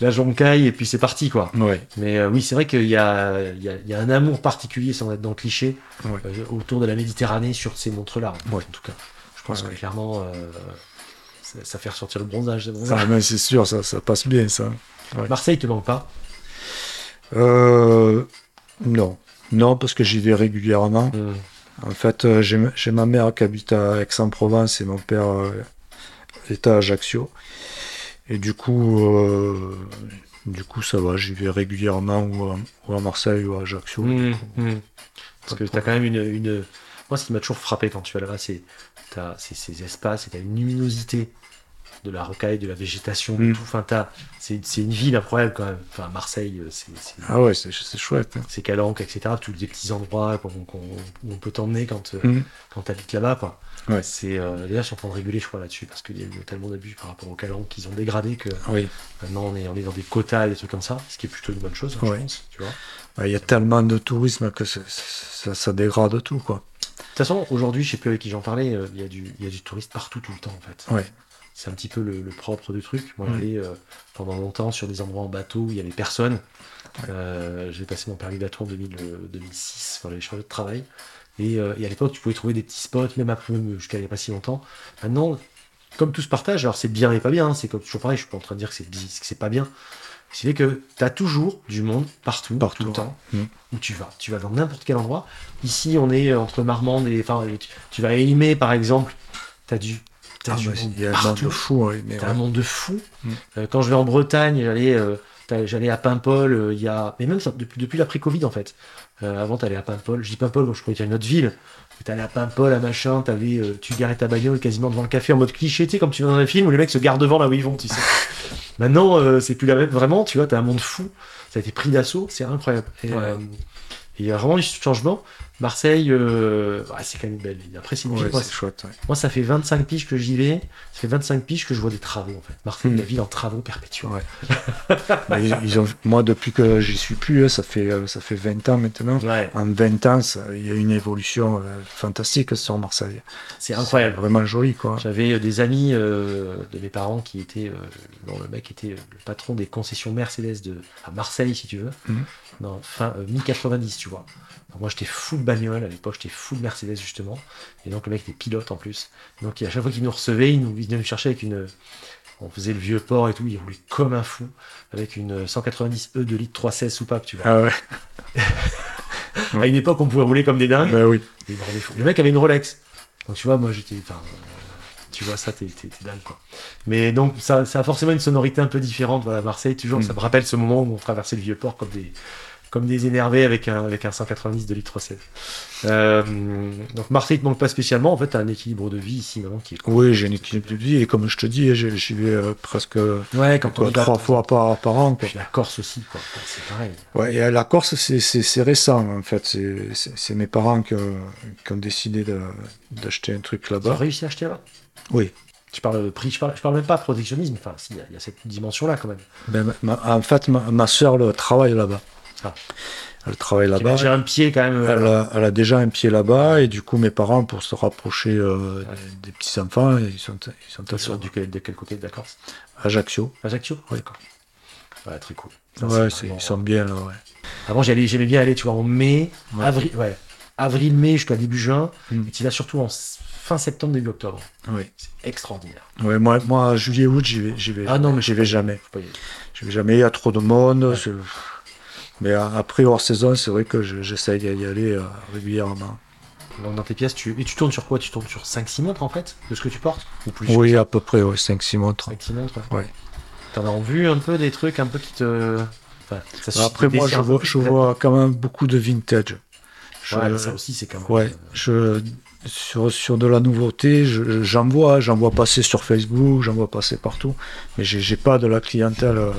A: la joncaille, et puis c'est parti, quoi.
B: Oui.
A: Mais euh, oui, c'est vrai qu'il y a, il y, a, il y a un amour particulier, sans être dans le cliché,
B: Ouais.
A: euh, autour de la Méditerranée sur ces montres-là. En,
B: Ouais.
A: en tout cas, je pense
B: Ouais,
A: que
B: ouais.
A: clairement, euh, ça, ça fait ressortir le bronzage. le bronzage.
B: Ah, mais c'est sûr, ça, ça passe bien, ça. ouais.
A: Marseille te manque pas.
B: Euh, non. Non, parce que j'y vais régulièrement. En fait, euh, j'ai j'ai ma mère qui habite à Aix-en-Provence et mon père euh, est à Ajaccio. Et du coup, euh, du coup, ça va, j'y vais régulièrement ou à, ou à Marseille ou à Ajaccio.
A: Mm, mm.
B: hmm.
A: Parce que t'as quand même une, une. Moi, ce qui m'a toujours frappé quand tu vas là-bas, c'est t'as ces, ces espaces et t'as une luminosité de la rocaille, de la végétation, de
B: Mm.
A: tout. Enfin, t'as- c'est c'est une ville incroyable quand même. Enfin, Marseille, euh, c'est c'est-
B: Ah ouais, c'est c'est chouette. hein.
A: ces calanques, etc. Tous les petits endroits qu'on qu'on- où on peut t'emmener quand, euh,
B: Mhm.
A: quand t'habites là-bas. quoi.
B: Ouais.
A: C'est euh, D'ailleurs, je suis en train de réguler, je crois, là-dessus, parce qu'il y a eu tellement d'abus par rapport aux calanques qu'ils ont dégradé que
B: Oui.
A: maintenant on est, on est dans des quotas et des trucs comme ça, ce qui est plutôt une bonne chose, hein,
B: Ouais.
A: je pense. Tu vois. De
B: Ouais, Bah, Il y a tellement de tourisme que c'est- c'est- ça, ça dégrade tout, quoi.
A: toute façon, aujourd'hui, je sais plus avec qui j'en parlais, euh, il y, a du- il y a du touriste partout, tout le temps, en fait.
B: Ouais.
A: C'est un petit peu le, le propre du truc. Moi,
B: Mhm.
A: j'allais euh, pendant longtemps sur des endroits en bateau où il y avait personne. Euh, J'ai passé mon permis bateau en 2000, euh, 2006, quand j'avais changé de travail. Et, euh, et à l'époque, tu pouvais trouver des petits spots, même après, même jusqu'à il n'y a pas si longtemps. Maintenant, comme tout se partage, alors c'est bien et pas bien, hein, c'est comme toujours pareil, je suis pas en train de dire que c'est bi- que c'est pas bien. C'est vrai que tu as toujours du monde partout,
B: Partout.
A: tout le temps,
B: Mm.
A: où tu vas. Tu vas dans n'importe quel endroit. Ici, on est euh, entre Marmande et. Enfin, tu- tu vas à Élimé, par exemple. Tu as du. t'as
B: Ah,
A: du
B: mais
A: monde
B: il y a un
A: partout.
B: monde fou. ouais, mais
A: T'as
B: ouais.
A: un monde de fou.
B: Mm.
A: Euh, quand je vais en Bretagne, j'allais, euh, t'as- j'allais à Paimpol, euh, il y a. Mais même ça, depuis, depuis l'après-Covid, en fait. Euh, avant, t'allais à Paimpol. Je dis Paimpol, bon, je pourrais dire une autre ville. Mais T'allais à Paimpol, à machin, t'avais, euh, tu garais ta bagnole quasiment devant le café en mode cliché, tu sais, comme tu vas dans un film où les mecs se garent devant là où ils vont, tu
B: <laughs>
A: sais. Maintenant, euh, c'est plus la même, vraiment, tu vois, t'as un monde fou. Ça a été pris d'assaut, c'est incroyable. Et,
B: Ouais.
A: euh, il y a vraiment eu ce changement. Marseille, euh, ouais, c'est quand même une belle ville. Après, c'est une
B: Ouais,
A: ville, moi,
B: c'est chouette. ouais.
A: moi, ça fait 25 piges que j'y vais. Ça fait 25 piges que je vois des travaux, en fait. Marseille,
B: Hmm.
A: la ville en travaux perpétuels.
B: Ouais. Mais ils- ils ont- moi, depuis que j'y suis plus, hein, ça fait, euh, ça fait 20 ans maintenant.
A: Ouais,
B: En 20 ans, ça- il y a une évolution euh, fantastique sur Marseille.
A: c'est incroyable.
B: Vraiment joli, quoi.
A: J'avais euh, des amis euh, de mes parents qui étaient. euh, dont le mec était euh, le patron des concessions Mercedes de, à Marseille, si tu veux.
B: Mhm.
A: Non, fin euh, 1090, tu vois. Donc, moi, j'étais fou de bagnole à l'époque, j'étais fou de Mercedes, justement. Et donc, le mec était pilote en plus. Donc, il- à chaque fois qu'il nous recevait, il, nous, il venait nous chercher avec une. On faisait le vieux port et tout, il roulait comme un fou avec une 190 E de litre 316 soupape, tu vois.
B: Ah ouais,
A: À une époque, on pouvait rouler comme des dingues.
B: bah oui.
A: Il me rendait fou. Le mec avait une Rolex. Donc tu vois, moi j'étais. enfin, euh, Tu vois, ça, t'es t'es- t'es dalle, quoi. Mais donc, ça, ça a forcément une sonorité un peu différente. Voilà, Marseille, toujours,
B: Mm.
A: ça me rappelle ce moment où on traversait le vieux port comme des, comme des énervés avec un, avec un 190 de litre 16. Euh, donc, Marseille te manque pas spécialement. En fait, t'as un équilibre de vie ici maintenant qui est.
B: Oui, j'ai une équipe de vie et comme je te dis, j'ai- j'y vais euh, presque
A: Ouais, quand
B: quoi, trois fois par, par an. quoi.
A: Puis la Corse aussi, quoi. Enfin, C'est pareil.
B: Ouais, et la Corse, c'est- c'est c'est récent en fait. C'est- C'est c'est mes parents qui ont, qui ont décidé de- d'acheter un truc
A: Tu as
B: là-bas.
A: réussi à acheter là
B: Oui.
A: Je parle de prix, je parle, je parle même pas protectionnisme. Enfin, si, il y a- il y, a cette dimension-là quand même.
B: Ben, ma- en fait, ma, ma soeur travaille là-bas.
A: Ah.
B: Elle travaille
A: Qui va-
B: là-bas.
A: J'ai un pied quand même. euh,
B: Elle a, elle a déjà un pied là-bas et du coup mes parents pour se rapprocher euh, des, des petits enfants ils sont ils sont
A: Toi, sur
B: à
A: du, de quel côté de la Corse
B: Ajaccio.
A: Ajaccio
B: Oui.
A: D'accord. Ouais, très cool. Ça,
B: Ouais,
A: c'est
B: c'est-
A: vraiment-
B: ils sont bien là. Ouais.
A: Avant, j'allais- j'aimais bien aller, tu vois, en mai,
B: Ouais.
A: avril, ouais. Hmm. avril, mai jusqu'à début juin.
B: Mm.
A: Et tu vas surtout en s- fin septembre, début octobre.
B: Oui.
A: C'est extraordinaire.
B: Ouais, moi, moi juillet août j'y vais j'y vais.
A: Ah non, mais
B: j'y vais jamais.
A: Faut pas y aller.
B: J'y vais jamais. Il y a trop de monde. c'est- Mais euh, après hors saison c'est vrai que je- j'essaye d'y aller euh, régulièrement.
A: Donc, dans tes pièces, tu... Et tu tournes sur quoi Tu tournes sur 5-6 montres en fait De ce que tu portes Ou plus
B: Oui à peu près ouais, 5-6 mois. 30.
A: 5-6 montres ouais.
B: Ouais.
A: T'en as vu un peu des trucs un peu qui te. Enfin, ça suscite
B: Après
A: des
B: moi je
A: désirs un
B: vois,
A: peu
B: je
A: plus-
B: vois quand même beaucoup de vintage. Je-
A: Ouais, mais ça aussi, c'est quand même.
B: Ouais, je, sur, sur de la nouveauté, je- j'en vois, j'en vois passer sur Facebook, j'en vois passer partout, mais j'ai j'ai pas de la clientèle euh,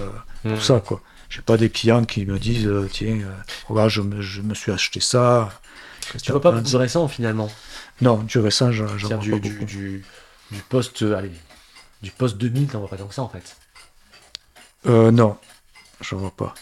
B: pour
A: Mm.
B: ça, quoi. J'ai pas des clients qui me disent, euh, tiens, euh, regarde, je me, je me suis acheté ça.
A: Tu vois pas beaucoup de récents finalement.
B: Non, du récent, j'en j'en vois
A: C'est-à-dire
B: pas
A: du, du,
B: beaucoup.
A: du, du post. euh, Allez, du post 2000, t'en vois pas tant que ça en fait.
B: Euh, non, j'en vois pas.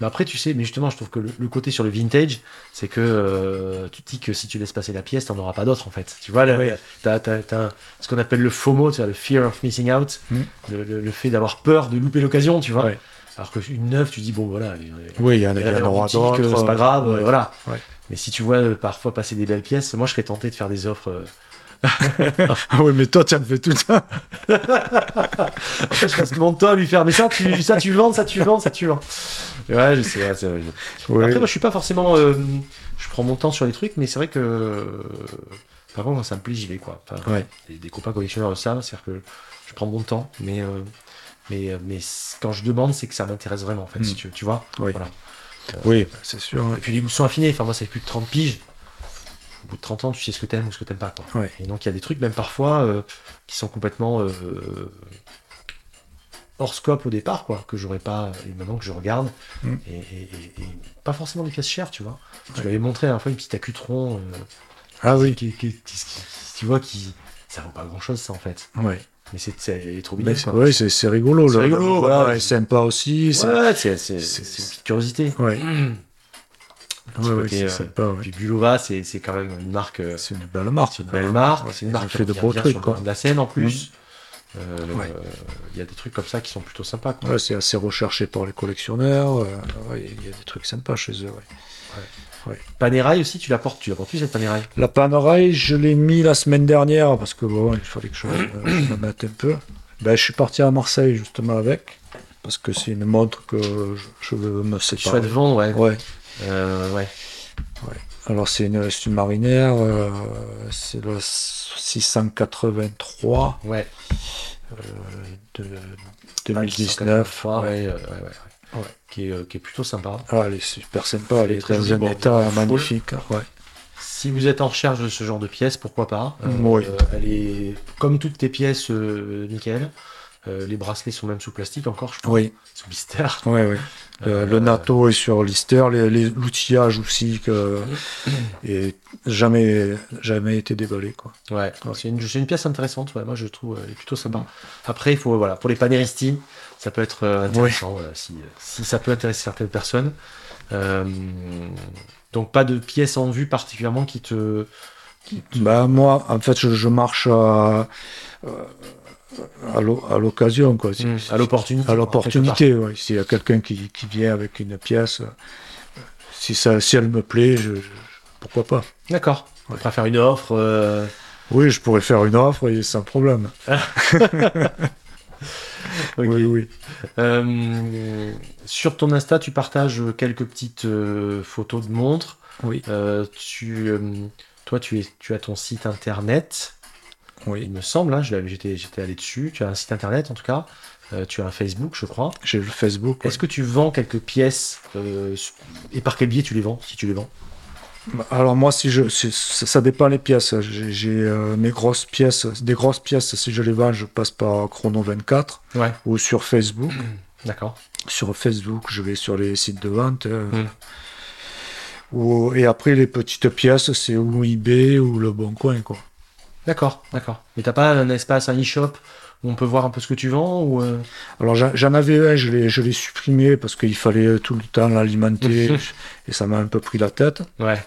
A: Mais après, tu sais, mais justement, je trouve que le, le côté sur le vintage, c'est que euh, tu te dis que si tu laisses passer la pièce, t'en auras pas d'autres en fait. Tu vois, là,
B: Oui.
A: t'as, t'as- t'as un- ce qu'on appelle le FOMO, tu vois, le fear of missing out,
B: Mm.
A: le, le- le fait d'avoir peur de louper l'occasion, tu vois.
B: Ouais.
A: Alors qu'une neuve, tu dis, bon voilà, euh,
B: Oui, il y en a,
A: Il
B: il
A: y
B: y
A: a
B: en
A: la
B: aura
A: boutique, euh,
B: d'autres.
A: c'est pas grave, euh,
B: ouais.
A: voilà.
B: Ouais.
A: Mais si tu vois euh, parfois passer des belles pièces, moi je serais tenté de faire des offres. euh,
B: Ah <laughs> oui, mais toi, tu en fais
A: <laughs>
B: tout ça.
A: je passe mon temps à lui faire, mais ça tu, ça tu vends, ça tu vends, ça tu vends. Ouais, je sais, ouais, c'est vrai.
B: Oui.
A: Après, moi je suis pas forcément. euh, je prends mon temps sur les trucs, mais c'est vrai que. euh, par contre, quand ça me plaît, j'y vais quoi. Enfin,
B: Ouais.
A: des, des copains collectionneurs le savent, c'est-à-dire que je prends mon temps, mais. euh, mais, euh, mais c- quand je demande, c'est que ça m'intéresse vraiment, en fait,
B: Mm.
A: si tu, veux, tu vois.
B: Oui.
A: Voilà.
B: Oui, c'est sûr.
A: Et puis les goûts sont affinés. Enfin, moi, c'est plus de 30 piges. Au bout de 30 ans, tu sais ce que t'aimes ou ce que t'aimes pas. Quoi.
B: Ouais.
A: Et donc, il y a des trucs, même parfois, euh, qui sont complètement euh, hors scope au départ, quoi, que j'aurais pas, euh, et maintenant que je regarde,
B: Mm.
A: et, et- et- et pas forcément des pièces chères, tu vois. Je l'avais montré à la fois une petite accutron, euh,
B: Ah oui,
A: qui, qui- qui- qui- tu vois, qui. Ça vaut pas grand chose, ça, en fait.
B: ouais.
A: Mais c'est, c'est- elle est trop
B: Mais
A: bien.
B: c'est- ouais, c'est c'est rigolo.
A: C'est
B: là.
A: rigolo,
B: Voilà,
A: voilà.
B: et sympa aussi. c'est-
A: Ouais, c'est, c'est-
B: c'est-
A: c'est une petite curiosité.
B: Ouais.
A: Petit
B: Ouais, ouais,
A: côté,
B: c'est
A: euh,
B: sympa, ouais.
A: Puis Bulova, c'est, c'est quand même une marque. euh,
B: C'est une belle marque.
A: C'est une belle marque,
B: Ouais,
A: c'est une
B: ils
A: marque
B: ont
A: qui
B: fait de
A: revient
B: beaux
A: sur
B: trucs,
A: le
B: quoi. Mmh.
A: devant de la scène en plus. Euh, euh, Il
B: Ouais.
A: y a des trucs comme ça qui sont plutôt sympas. Quoi.
B: Ouais, c'est assez recherché par les collectionneurs. euh, ouais, Il y a des trucs sympas chez eux. ouais.
A: Panerai aussi, tu la portes, tu la portes plus cette Panerai.
B: La Panerai, je l'ai mis la semaine dernière parce que bon, il fallait que je, euh, je la mette un peu. Ben, je suis parti à Marseille justement avec parce que c'est une montre que je, je veux me
A: Tu souhaites
B: séparer.
A: vendre, ouais.
B: Ouais.
A: Euh, ouais.
B: Alors c'est une submarinaire, euh, c'est le 683
A: ouais.
B: de 2019.
A: Ouais,
B: ouais.
A: ouais, ouais, ouais, ouais.
B: Ouais.
A: Qui, est, euh, qui est plutôt sympa.
B: Ah, elle est super sympa, elle
A: Elle est
B: est
A: très
B: dans
A: jolie,
B: un
A: bon,
B: état
A: full.
B: magnifique. hein, Ouais.
A: Si vous êtes en recherche de ce genre de pièces, pourquoi pas Euh,
B: Mmh, Oui.
A: euh, Elle est comme toutes tes pièces, euh, nickel. Euh, les bracelets sont même sous plastique encore, je crois,
B: Oui,
A: sous blister.
B: oui, oui. Euh, le NATO est sur Lister, les- les- l'outillage aussi <coughs> que et jamais jamais été déballé quoi.
A: Ouais,
B: Ouais.
A: c'est une, c'est une pièce intéressante, ouais, moi je trouve euh, elle est plutôt sympa. Après, il faut, euh, voilà, pour les panéristis, ça peut être euh, intéressant, voilà, si, euh, si ça peut intéresser certaines personnes. Euh, donc, pas de pièce en vue particulièrement qui te.
B: Bah moi en fait je, je marche à euh, à l'o- à l'occasion quoi. Si-
A: à l'opportunité.
B: à
A: quelque
B: l'opportunité, ouais. s'il y a quelqu'un qui, qui vient avec une pièce, euh, si ça si elle me plaît, je- je- pourquoi pas.
A: part. D'accord. On pourra faire une offre. euh,
B: Oui, je pourrais faire une offre et sans problème.
A: ok.
B: Oui, oui.
A: Euh, sur ton Insta, tu partages quelques petites euh, photos de montres.
B: Oui.
A: Euh, tu, euh, Toi, tu, es, tu as ton site internet, il
B: Oui,
A: me semble. hein, je l'avais- J'étais j'étais allé dessus. Tu as un site internet, en tout cas. Euh, tu as un Facebook, je crois.
B: j'ai le Facebook. ouais.
A: Est-ce que tu vends quelques pièces euh, Et par quel biais tu les vends, si tu les vends
B: Bah, Alors moi, si je, si- ça, ça dépend les pièces. J'ai j'ai, euh, mes grosses pièces, des grosses pièces. Si je les vends, je passe par Chrono 24
A: Ouais.
B: ou sur Facebook.
A: D'accord.
B: Sur Facebook, je vais sur les sites de vente. euh,
A: Mm.
B: ou- et après les petites pièces, c'est ou eBay ou le Bon Coin, quoi.
A: D'accord, d'accord. Mais t'as pas un espace, un e-shop où on peut voir un peu ce que tu vends ou euh,
B: Alors j'a- j'en avais un, je l'ai je l'ai supprimé parce qu'il fallait tout le temps l'alimenter <laughs> et ça m'a un peu pris la tête.
A: Ouais,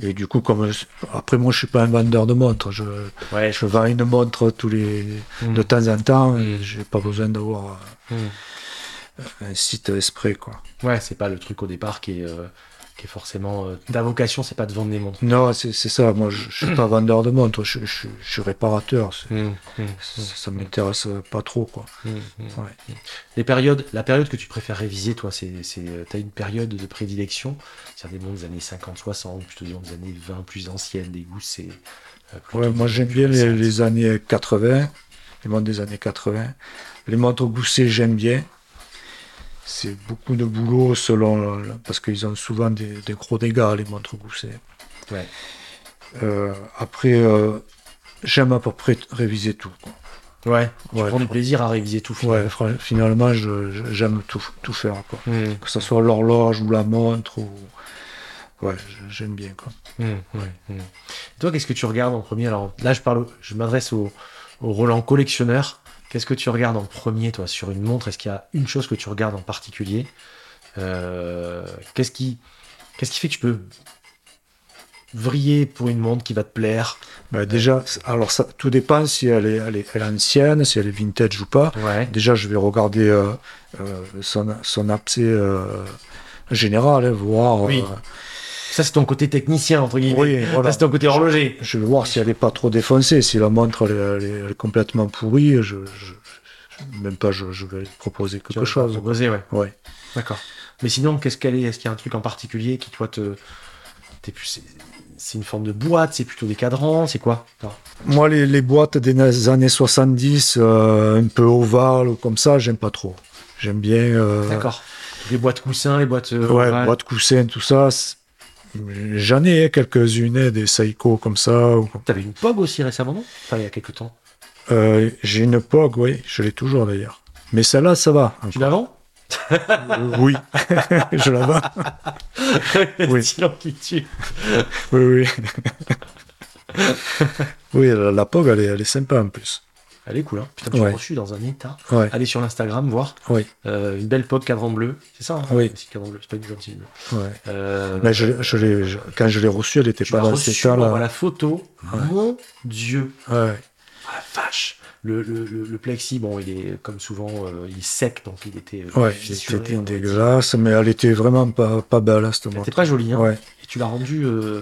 B: Et du coup, comme après moi, je suis pas un vendeur de montres, je,
A: ouais,
B: je vends une montre tous les
A: Mm.
B: de temps en temps. euh,
A: Mm.
B: J'ai pas besoin d'avoir euh, un site exprès quoi.
A: ouais, c'est pas le truc au départ qui est, euh, qui est forcément. euh, ta vocation, c'est pas de vendre des montres.
B: Non, c'est c'est ça. Moi, je, je suis pas vendeur de montres, je, je- je suis réparateur. c'est-
A: Mm.
B: Ça, ça m'intéresse pas trop quoi. Ouais.
A: mm, Les périodes, la période que tu préfères réviser, toi, c'est, c'est, euh, t'as une période de prédilection, c'est-à-dire des montres des années 50, 60, plutôt des montres des années 20 plus anciennes, des goûts, c'est. euh, plutôt
B: Ouais, moi
A: des
B: j'aime
A: plus
B: bien les,
A: récentes.
B: les années 80, les montres des années 80. Les montres goussées, j'aime bien. C'est beaucoup de boulot selon le- le- parce qu'ils ont souvent des, des gros dégâts les montres goussées.
A: Ouais.
B: Euh, après, euh, j'aime à peu près t- réviser tout. quoi.
A: Ouais, tu
B: Ouais,
A: prends du
B: fran-
A: plaisir à réviser tout.
B: Ouais, fran- finalement, je- je- j'aime tout, tout faire quoi.
A: finalement.
B: Que ce soit l'horloge ou la montre ou ouais, je- j'aime bien quoi.
A: Mm, ouais, mm. Toi, qu'est-ce que tu regardes en premier Alors là, je parle, au- je m'adresse au, au Roland collectionneur. Qu'est-ce que tu regardes en premier, toi, sur une montre Est-ce qu'il y a une chose que tu regardes en particulier Euh, Qu'est-ce qui, qu'est-ce qui fait que tu peux vriller pour une montre qui va te plaire
B: Bah, déjà, c- alors ça, tout dépend si elle est, elle est- elle est ancienne, si elle est vintage ou pas.
A: Ouais.
B: Déjà, je vais regarder euh, euh, son, son abcès euh, général, hein, voir.
A: Oui.
B: euh,
A: Ça, c'est ton côté technicien entre guillemets.
B: oui, voilà.
A: Ça, c'est ton côté horloger.
B: Je vais voir si elle n'est pas trop défoncée. Si la montre elle, est- elle est- elle est complètement pourrie, je, je- je- même pas, je, je vais proposer
A: Tu
B: quelque
A: vas
B: chose.
A: Proposer, ouais.
B: Ouais.
A: D'accord. Mais sinon, qu'est-ce qu'elle est Est-ce qu'il y a un truc en particulier qui, toi, te. t'es plus... c'est- C'est une forme de boîte, c'est plutôt des cadrans, c'est quoi Non.
B: Moi, les, les boîtes des na- années 70, euh, un peu ovales ou comme ça, j'aime pas trop. J'aime bien. euh,
A: D'accord. Les boîtes coussins, les boîtes. euh,
B: Ouais,
A: ovales.
B: boîte coussin, tout ça. c'est- J'en ai hein, quelques-unes, hein, des Seiko comme ça. ou-
A: T'avais une POG aussi récemment, non Enfin, il y a quelques temps.
B: Euh, J'ai une POG, oui, je l'ai toujours d'ailleurs. Mais celle-là, ça
A: <laughs>
B: va.
A: Tu la
B: <laughs>
A: vends
B: Euh, oui, <laughs> je la vends.
A: Le silence qui tue.
B: Oui, oui.
A: <laughs>
B: oui, la, la POG, elle est, elle est sympa en plus.
A: Elle est cool, hein. Putain, tu
B: Ouais.
A: l'as reçue dans un état.
B: Ouais,
A: Allez sur l'Instagram voir.
B: Oui.
A: Euh, une belle POG cadran bleu. C'est ça hein
B: Oui.
A: C'est cadran bleu, c'est pas une gentille bleue.
B: ouais.
A: Euh,
B: Mais je, je l'ai- Bah, je- quand je l'ai reçue, elle n'était
A: tu
B: pas
A: l'as
B: dans cet
A: reçue, on
B: état-là.
A: voit la photo. Mon Dieu.
B: Ouais.
A: Ah, la vache. Le, le, le, le plexi, bon, il est comme souvent, euh, il est sec, donc il était. euh,
B: Ouais,
A: fissuré,
B: c'était
A: on aurait dit.
B: dégueulasse, mais elle était vraiment pas, pas belle à ce
A: Elle
B: moment.
A: était pas jolie, hein.
B: Ouais.
A: Et tu l'as rendu. euh,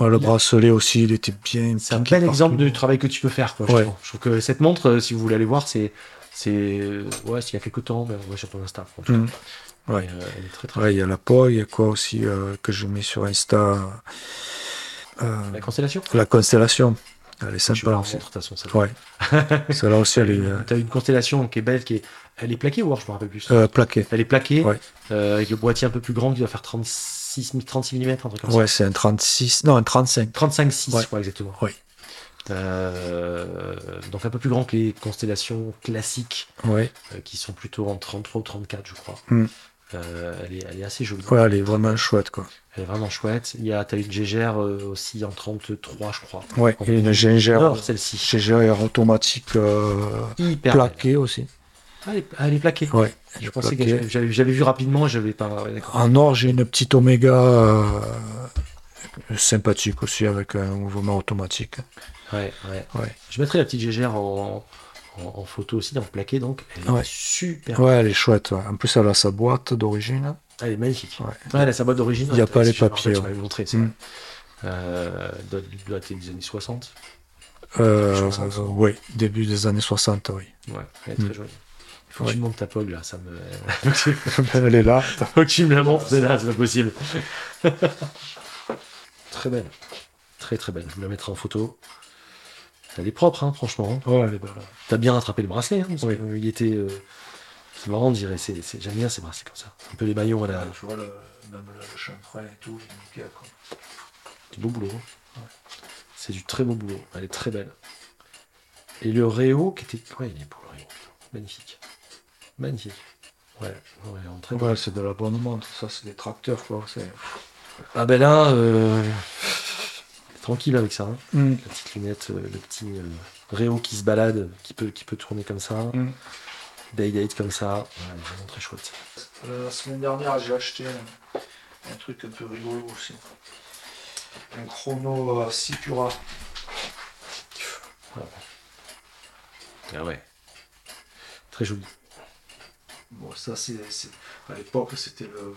B: Ouais, le bracelet aussi, il était bien.
A: C'est un
B: piqué
A: bel exemple
B: partout.
A: du travail que tu peux faire. Quoi, je,
B: Ouais.
A: trouve. Je trouve que cette montre, euh, si vous voulez aller voir, c'est. c'est euh, ouais, s'il y a quelques temps, ben, on va sur ton Insta. en tout cas.
B: Mhm. Ouais.
A: Et, euh, elle est très très
B: Ouais, il y a la POG, il y a quoi aussi euh, que je mets sur Insta euh,
A: La constellation
B: La constellation. Elle est
A: Tu vas la
B: sympa
A: remettre,
B: aussi.
A: de toute façon. ça.
B: Ouais. Celle-là aussi, elle est euh,
A: T'as une constellation qui est belle, qui est. Elle est plaquée ou alors je me rappelle plus
B: euh, plaquée.
A: Elle est plaquée,
B: ouais.
A: euh, avec le boîtier un peu plus grand qui doit faire 36, 36 mm, un truc comme ça.
B: Ouais, c'est un 36. Non, un 35.
A: 35-6,
B: Ouais.
A: je crois, exactement.
B: Oui.
A: Euh, donc un peu plus grand que les constellations classiques
B: Ouais.
A: euh, qui sont plutôt en 33 ou 34, je crois.
B: Mm.
A: Euh, elle, est, elle est assez jolie.
B: ouais, elle est vraiment chouette, quoi.
A: Elle est vraiment chouette. Il y a, t'as une Gégère euh, aussi en 33, je crois.
B: Ouais, et
A: J'adore
B: une gingère,
A: celle-ci.
B: gingère automatique euh,
A: Hyper belle.
B: plaquée aussi.
A: Ah, elle, est, ah, elle est plaquée.
B: Ouais.
A: Je pensais
B: plaquée.
A: que j'avais- j'avais, j'avais vu rapidement, j'avais pas. ouais, d'accord.
B: En or, j'ai une petite Omega euh, sympathique aussi avec un mouvement automatique.
A: Ouais, ouais.
B: Ouais.
A: Je mettrai la petite Gégère en, en, en photo aussi, en plaquée. Donc elle est
B: Ouais.
A: super.
B: Ouais, elle est chouette. ouais. En plus, elle a sa boîte d'origine.
A: Elle est magnifique.
B: Ouais.
A: Ouais, elle a sa boîte d'origine.
B: Il y a
A: Ouais,
B: pas les
A: je me rappelle,
B: papiers,
A: Tu
B: ouais.
A: m'avais montré, c'est
B: Mm.
A: vrai. Euh, doit, doit être des années 60.
B: Euh,
A: 60.
B: euh, oui, début des années 60, oui.
A: Ouais, elle est très
B: Mm.
A: jolie. Il faut
B: Ouais.
A: que tu me montes ta POG là, ça me.
B: <laughs> <laughs> Elle est là.
A: Faut que tu me la montres, c'est là, c'est pas possible. Très belle. Très très belle. Je vous la mettrai en photo. Elle est propre, hein, franchement. T'as bien rattrapé le bracelet. hein, parce
B: Oui.
A: que il était. euh, C'est marrant, on dirait. c'est- c'est- J'aime bien ces bracelets comme ça. Un peu les maillons à la.
B: Tu vois, le, même le, chanfrein et tout, nickel.
A: Du beau boulot. hein. C'est du très beau boulot. Elle est très belle. Et le Réo qui était. Ouais, il est beau le Réo. Magnifique. Magnifique. Ouais, ouais, en très beau.
B: Ouais, c'est de la bonne montre, ça, c'est des tracteurs, quoi. c'est-
A: Ah ben là, euh, tranquille avec ça. hein.
B: Mm.
A: La petite lunette, euh, le petit euh, Réo qui se balade, qui peut, qui peut tourner comme ça.
B: Mm.
A: Daydate comme ça. Ouais, elle est vraiment très chouette.
B: Euh, La semaine dernière, j'ai acheté un, un truc un peu rigolo aussi. Un chrono euh, Sipura.
A: Ah ouais. Très joli.
B: Bon, ça, c'est, c'est- à l'époque, c'était le,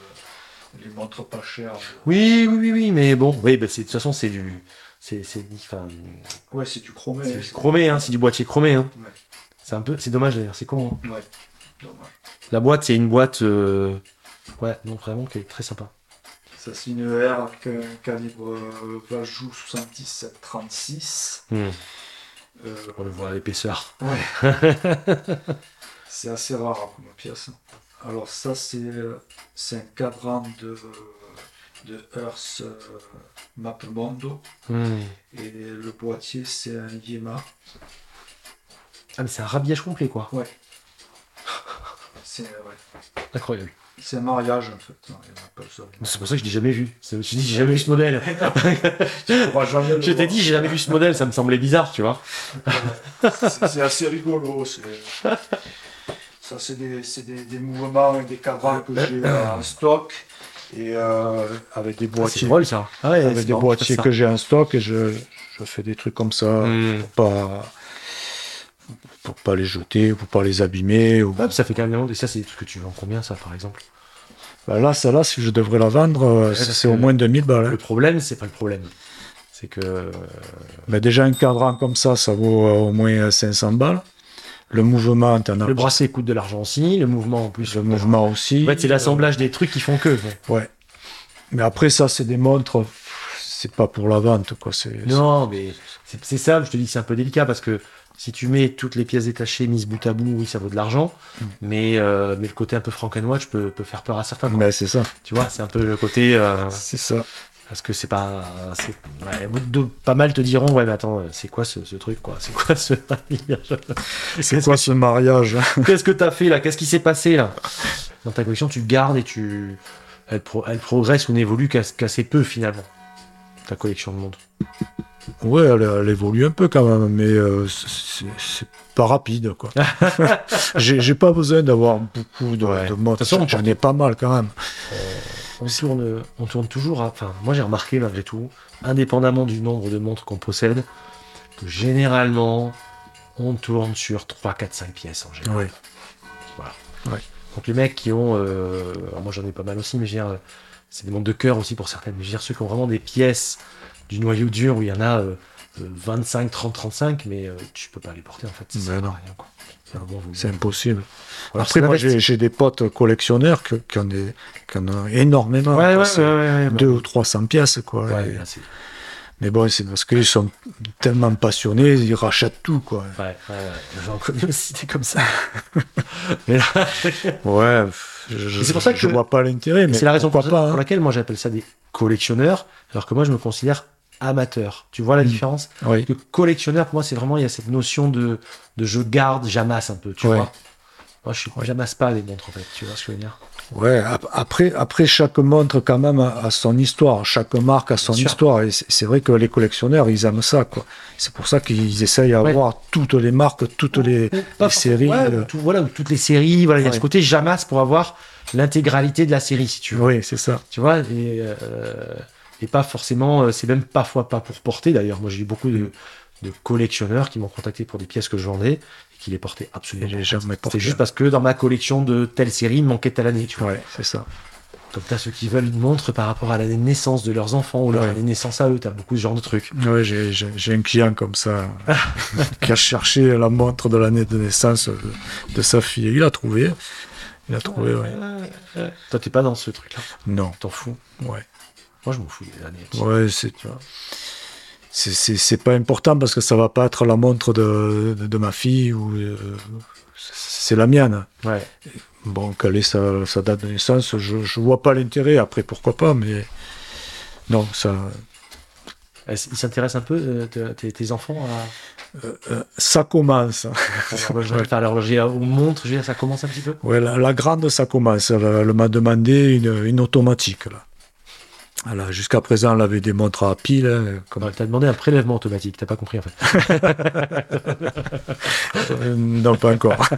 B: les montres pas chères.
A: Oui, oui, oui, oui, mais bon. Oui, bah, c'est- de toute façon, c'est du. C'est c'est- enfin,
B: Ouais, c'est du chromé.
A: c'est du chromé, hein, c'est du boîtier chromé. Hein.
B: Ouais.
A: C'est un peu. C'est dommage d'ailleurs, c'est con. hein.
B: Ouais, dommage.
A: La boîte, c'est une boîte. euh, Ouais, non, vraiment, qui est très sympa.
B: Ça, c'est une R avec un calibre euh, Vajou 77-36.
A: Hmm.
B: Euh,
A: On le voit à l'épaisseur.
B: c'est assez rare hein, comme pièce. Alors, ça, c'est, euh, c'est un cadran de, de Earth euh, Mapmondo.
A: Hmm.
B: Et le boîtier, c'est un Yema.
A: Ah, mais c'est un rhabillage complet, quoi.
B: C'est, ouais,
A: Incroyable.
B: c'est un mariage, en fait. hein, on appelle
A: <laughs>
B: ça.
A: C'est pour ça que je l'ai jamais vu. C'est- Je me suis dit, j'ai jamais vu ce modèle.
B: Tu pourras jamais le
A: je t'ai
B: voir.
A: dit, j'ai jamais vu ce modèle, ça me semblait bizarre, tu vois.
B: C'est c'est assez rigolo. c'est- Ça, c'est des, c'est des, des mouvements et des cadrans que j'ai euh, en stock. Et euh, avec des
A: Ah,
B: boîtiers,
A: drôle, ça. Ah ouais,
B: avec
A: c'est
B: des
A: marrant,
B: boîtiers
A: ça.
B: que j'ai en stock et je, je fais des trucs comme ça
A: Hmm.
B: pour, pas, pour pas les jeter, pour pas les abîmer. ou-
A: Hop, ça fait quand même des mondes. Et ça, c'est des trucs que tu vends combien, ça, par exemple
B: Bah là, celle-là, si je devrais la vendre, euh,
A: parce
B: c'est
A: que-
B: au moins 2000 balles. hein.
A: Le problème, c'est pas le problème. C'est que. euh,
B: Mais déjà, un cadran comme ça, ça vaut euh, au moins euh, 500 balles. Le mouvement, t'en as
A: Le bracelet coûte de l'argent aussi, le mouvement en plus.
B: le mouvement aussi.
A: En fait, c'est l'assemblage des trucs qui font que. bon.
B: Mais après, ça, c'est des montres, c'est pas pour la vente, quoi. C'est,
A: Non, mais c'est c'est ça, je te dis que c'est un peu délicat parce que si tu mets toutes les pièces détachées mises bout à bout, oui, ça vaut de l'argent,
B: Mm.
A: mais, euh, mais le côté un peu Frank and Watch peut, peut faire peur à certains.
B: c'est-
A: quoi.
B: Mais c'est ça.
A: Tu vois, c'est un peu le côté. euh,
B: C'est ça.
A: parce que c'est pas. c'est- ouais, au bout de- pas mal te diront, ouais, mais attends, euh, c'est quoi ce, ce truc, quoi C'est quoi ce. <laughs>
B: C'est quoi ce mariage hein
A: Qu'est-ce que t'as fait là Qu'est-ce qui s'est passé là Dans ta collection, tu gardes et tu. Elle, pro- elle progresse ou n'évolue qu'as- qu'assez peu finalement, ta collection de montres.
B: Ouais, elle, elle évolue un peu quand même, mais euh, c'est- c'est c'est pas rapide, <laughs> quoi. j'ai, j'ai pas besoin d'avoir beaucoup de,
A: Ouais.
B: de montres.
A: De toute façon,
B: J'en ai pas mal quand même.
A: on tourne, on tourne toujours à. Enfin, moi j'ai remarqué malgré tout, indépendamment du nombre de montres qu'on possède, que généralement on tourne sur 3, 4, 5 pièces en général.
B: Oui.
A: Donc les mecs qui ont. euh, alors moi j'en ai pas mal aussi, mais je veux dire, euh, c'est des montres de cœur aussi pour certaines. Mais je veux dire, ceux qui ont vraiment des pièces du noyau dur où il y en a euh, euh, 25, 30, 35, mais euh, tu peux pas les porter en fait. Ça
B: Ben
A: sert à
B: non.
A: rien, quoi. Il y a un moment, vous-
B: C'est impossible.
A: Alors, c'est
B: Après,
A: la
B: moi,
A: veste.
B: j'ai, j'ai des potes collectionneurs que- qui, en est- qui en ont énormément.
A: Ouais, ouais,
B: quoi.
A: ouais,
B: C'est
A: ouais, ouais,
B: Deux ou trois cents pièces, quoi.
A: ouais,
B: Et-
A: là, c'est-
B: Mais bon, c'est parce qu'ils sont tellement passionnés, ils rachètent tout, quoi.
A: ouais, ouais, ouais. J'en connais aussi des comme
B: <laughs>
A: ça. mais là,
B: Ouais, pff, je,
A: Mais c'est pour ça
B: je
A: que-
B: vois pas l'intérêt, mais
A: c'est la raison pour,
B: pourquoi pas.
A: pour
B: hein.
A: laquelle moi j'appelle ça des collectionneurs, alors que moi je me considère amateur. Tu vois la
B: Mm.
A: différence
B: Oui.
A: Le collectionneur, pour moi, c'est vraiment, il y a cette notion de, de je garde, j'amasse un peu, tu
B: Ouais.
A: vois. Moi, je suis- j'amasse pas les montres, en fait, tu vois ce que je veux dire
B: Ouais, ap- après, après, chaque montre, quand même, a, a son histoire. Chaque marque a son
A: sûr.
B: histoire. Et c'est c'est vrai que les collectionneurs, ils aiment ça, quoi. C'est pour ça qu'ils essayent à
A: Ouais.
B: avoir toutes les marques, toutes les,
A: Pas
B: les
A: forcément-
B: séries.
A: ouais,
B: euh,
A: tout- voilà, toutes les séries, voilà, il y a
B: Ouais.
A: ce côté j'amasse pour avoir l'intégralité de la série, si tu veux.
B: euh, Oui, c'est ça.
A: tu vois, et, euh, et pas forcément, euh, c'est même parfois pas pour porter d'ailleurs. Moi j'ai eu beaucoup de, de collectionneurs qui m'ont contacté pour des pièces que je vendais et qui les portaient absolument
B: Et
A: pas.
B: j'ai jamais porté.
A: C'est juste parce que dans ma collection de telle série, il me manquait telle année, tu vois.
B: Ouais, c'est ça.
A: Comme t'as ceux qui veulent une montre par rapport à l'année de naissance de leurs enfants ou leur
B: Ouais.
A: année de naissance à eux, t'as beaucoup ce genre de trucs.
B: Ouais, j'ai- j'ai j'ai un client comme ça qui a cherché la montre de l'année de naissance de, de sa fille. Il a trouvé. Il a trouvé, ouais.
A: Toi t'es pas dans ce truc-là,
B: Non,
A: t'en fous.
B: ouais.
A: Moi je m'en fous des années.
B: Ouais, c'est.
A: Tu vois.
B: c'est- c'est c'est pas important parce que ça va pas être la montre de, de, de ma fille ou euh, c'est la mienne.
A: Ouais.
B: Bon, quelle est sa, sa date de naissance Je, je vois pas l'intérêt. Après, pourquoi pas Mais non, ça,
A: Ils s'intéressent un peu, euh, te- tes, tes enfants, à,
B: ça commence. <laughs>
A: à l'horlogerie, enfin, à l'horlogerie, aux montres, je veux dire, ça commence un petit peu
B: Ouais, la, la grande, ça commence. Elle, elle m'a demandé une, une automatique. Là. Elle a- Jusqu'à présent, elle avait des montres à pile. hein, comme-
A: Non, T'as demandé un prélèvement automatique, t'as pas compris en fait.
B: Euh, non, pas encore.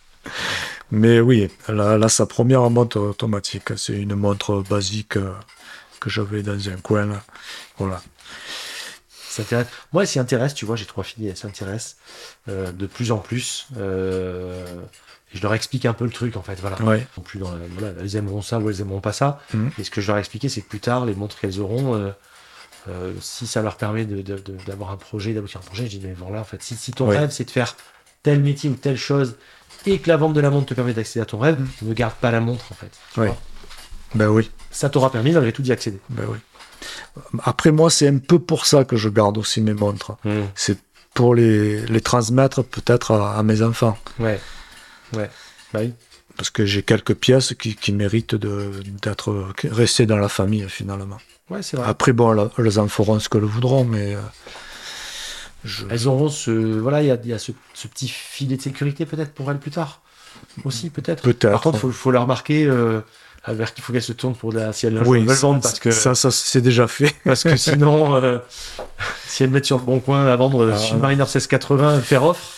B: <laughs> Mais oui, là, là, sa première montre automatique, c'est une montre basique euh, que j'avais dans un coin. là. Voilà.
A: s'intéresse. Moi, elle s'y intéresse, tu vois, j'ai trois filles, elles s'intéressent euh, de plus en plus. euh, et je leur explique un peu le truc, en fait, voilà.
B: Ouais.
A: Non Plus dans la- voilà, elles aimeront ça ou elles aimeront pas ça.
B: Mhm.
A: Et ce que je leur ai expliqué, c'est que plus tard, les montres qu'elles auront, euh, euh, si ça leur permet de- de- de- d'avoir un projet, d'aboutir à un projet, je dis, mais voilà, en fait, si, si ton
B: Ouais.
A: rêve, c'est de faire tel métier ou telle chose, et que la vente de la montre te permet d'accéder à ton rêve,
B: Mhm.
A: ne garde pas la montre, en fait. tu
B: Ouais.
A: vois.
B: Ben oui.
A: Ça t'aura permis, malgré tout, d'y accéder.
B: Ben oui. Après, moi, c'est un peu pour ça que je garde aussi mes montres. C'est pour les, les transmettre peut-être à- à mes enfants.
A: Ouais. Ouais. Bah oui.
B: parce que j'ai quelques pièces qui, qui méritent de- d'être qui- restées dans la famille finalement.
A: Ouais, c'est vrai.
B: Après, bon, là, elles en feront ce qu'elles voudront, mais euh, je-
A: Elles auront ce voilà, il y a, il y a ce, ce petit filet de sécurité peut-être pour elles plus tard aussi peut-être.
B: Peut-être.
A: Par contre, faut faut leur marquer euh, vers qui faut qu'elles se tournent pour la si elles veulent le vendre parce que
B: ça, ça c'est
A: <laughs>
B: déjà fait.
A: parce
B: <laughs>
A: que sinon euh, <laughs> si elles mettent sur le bon coin à vendre euh,
B: Ah.
A: Submariner 1680 faire offre.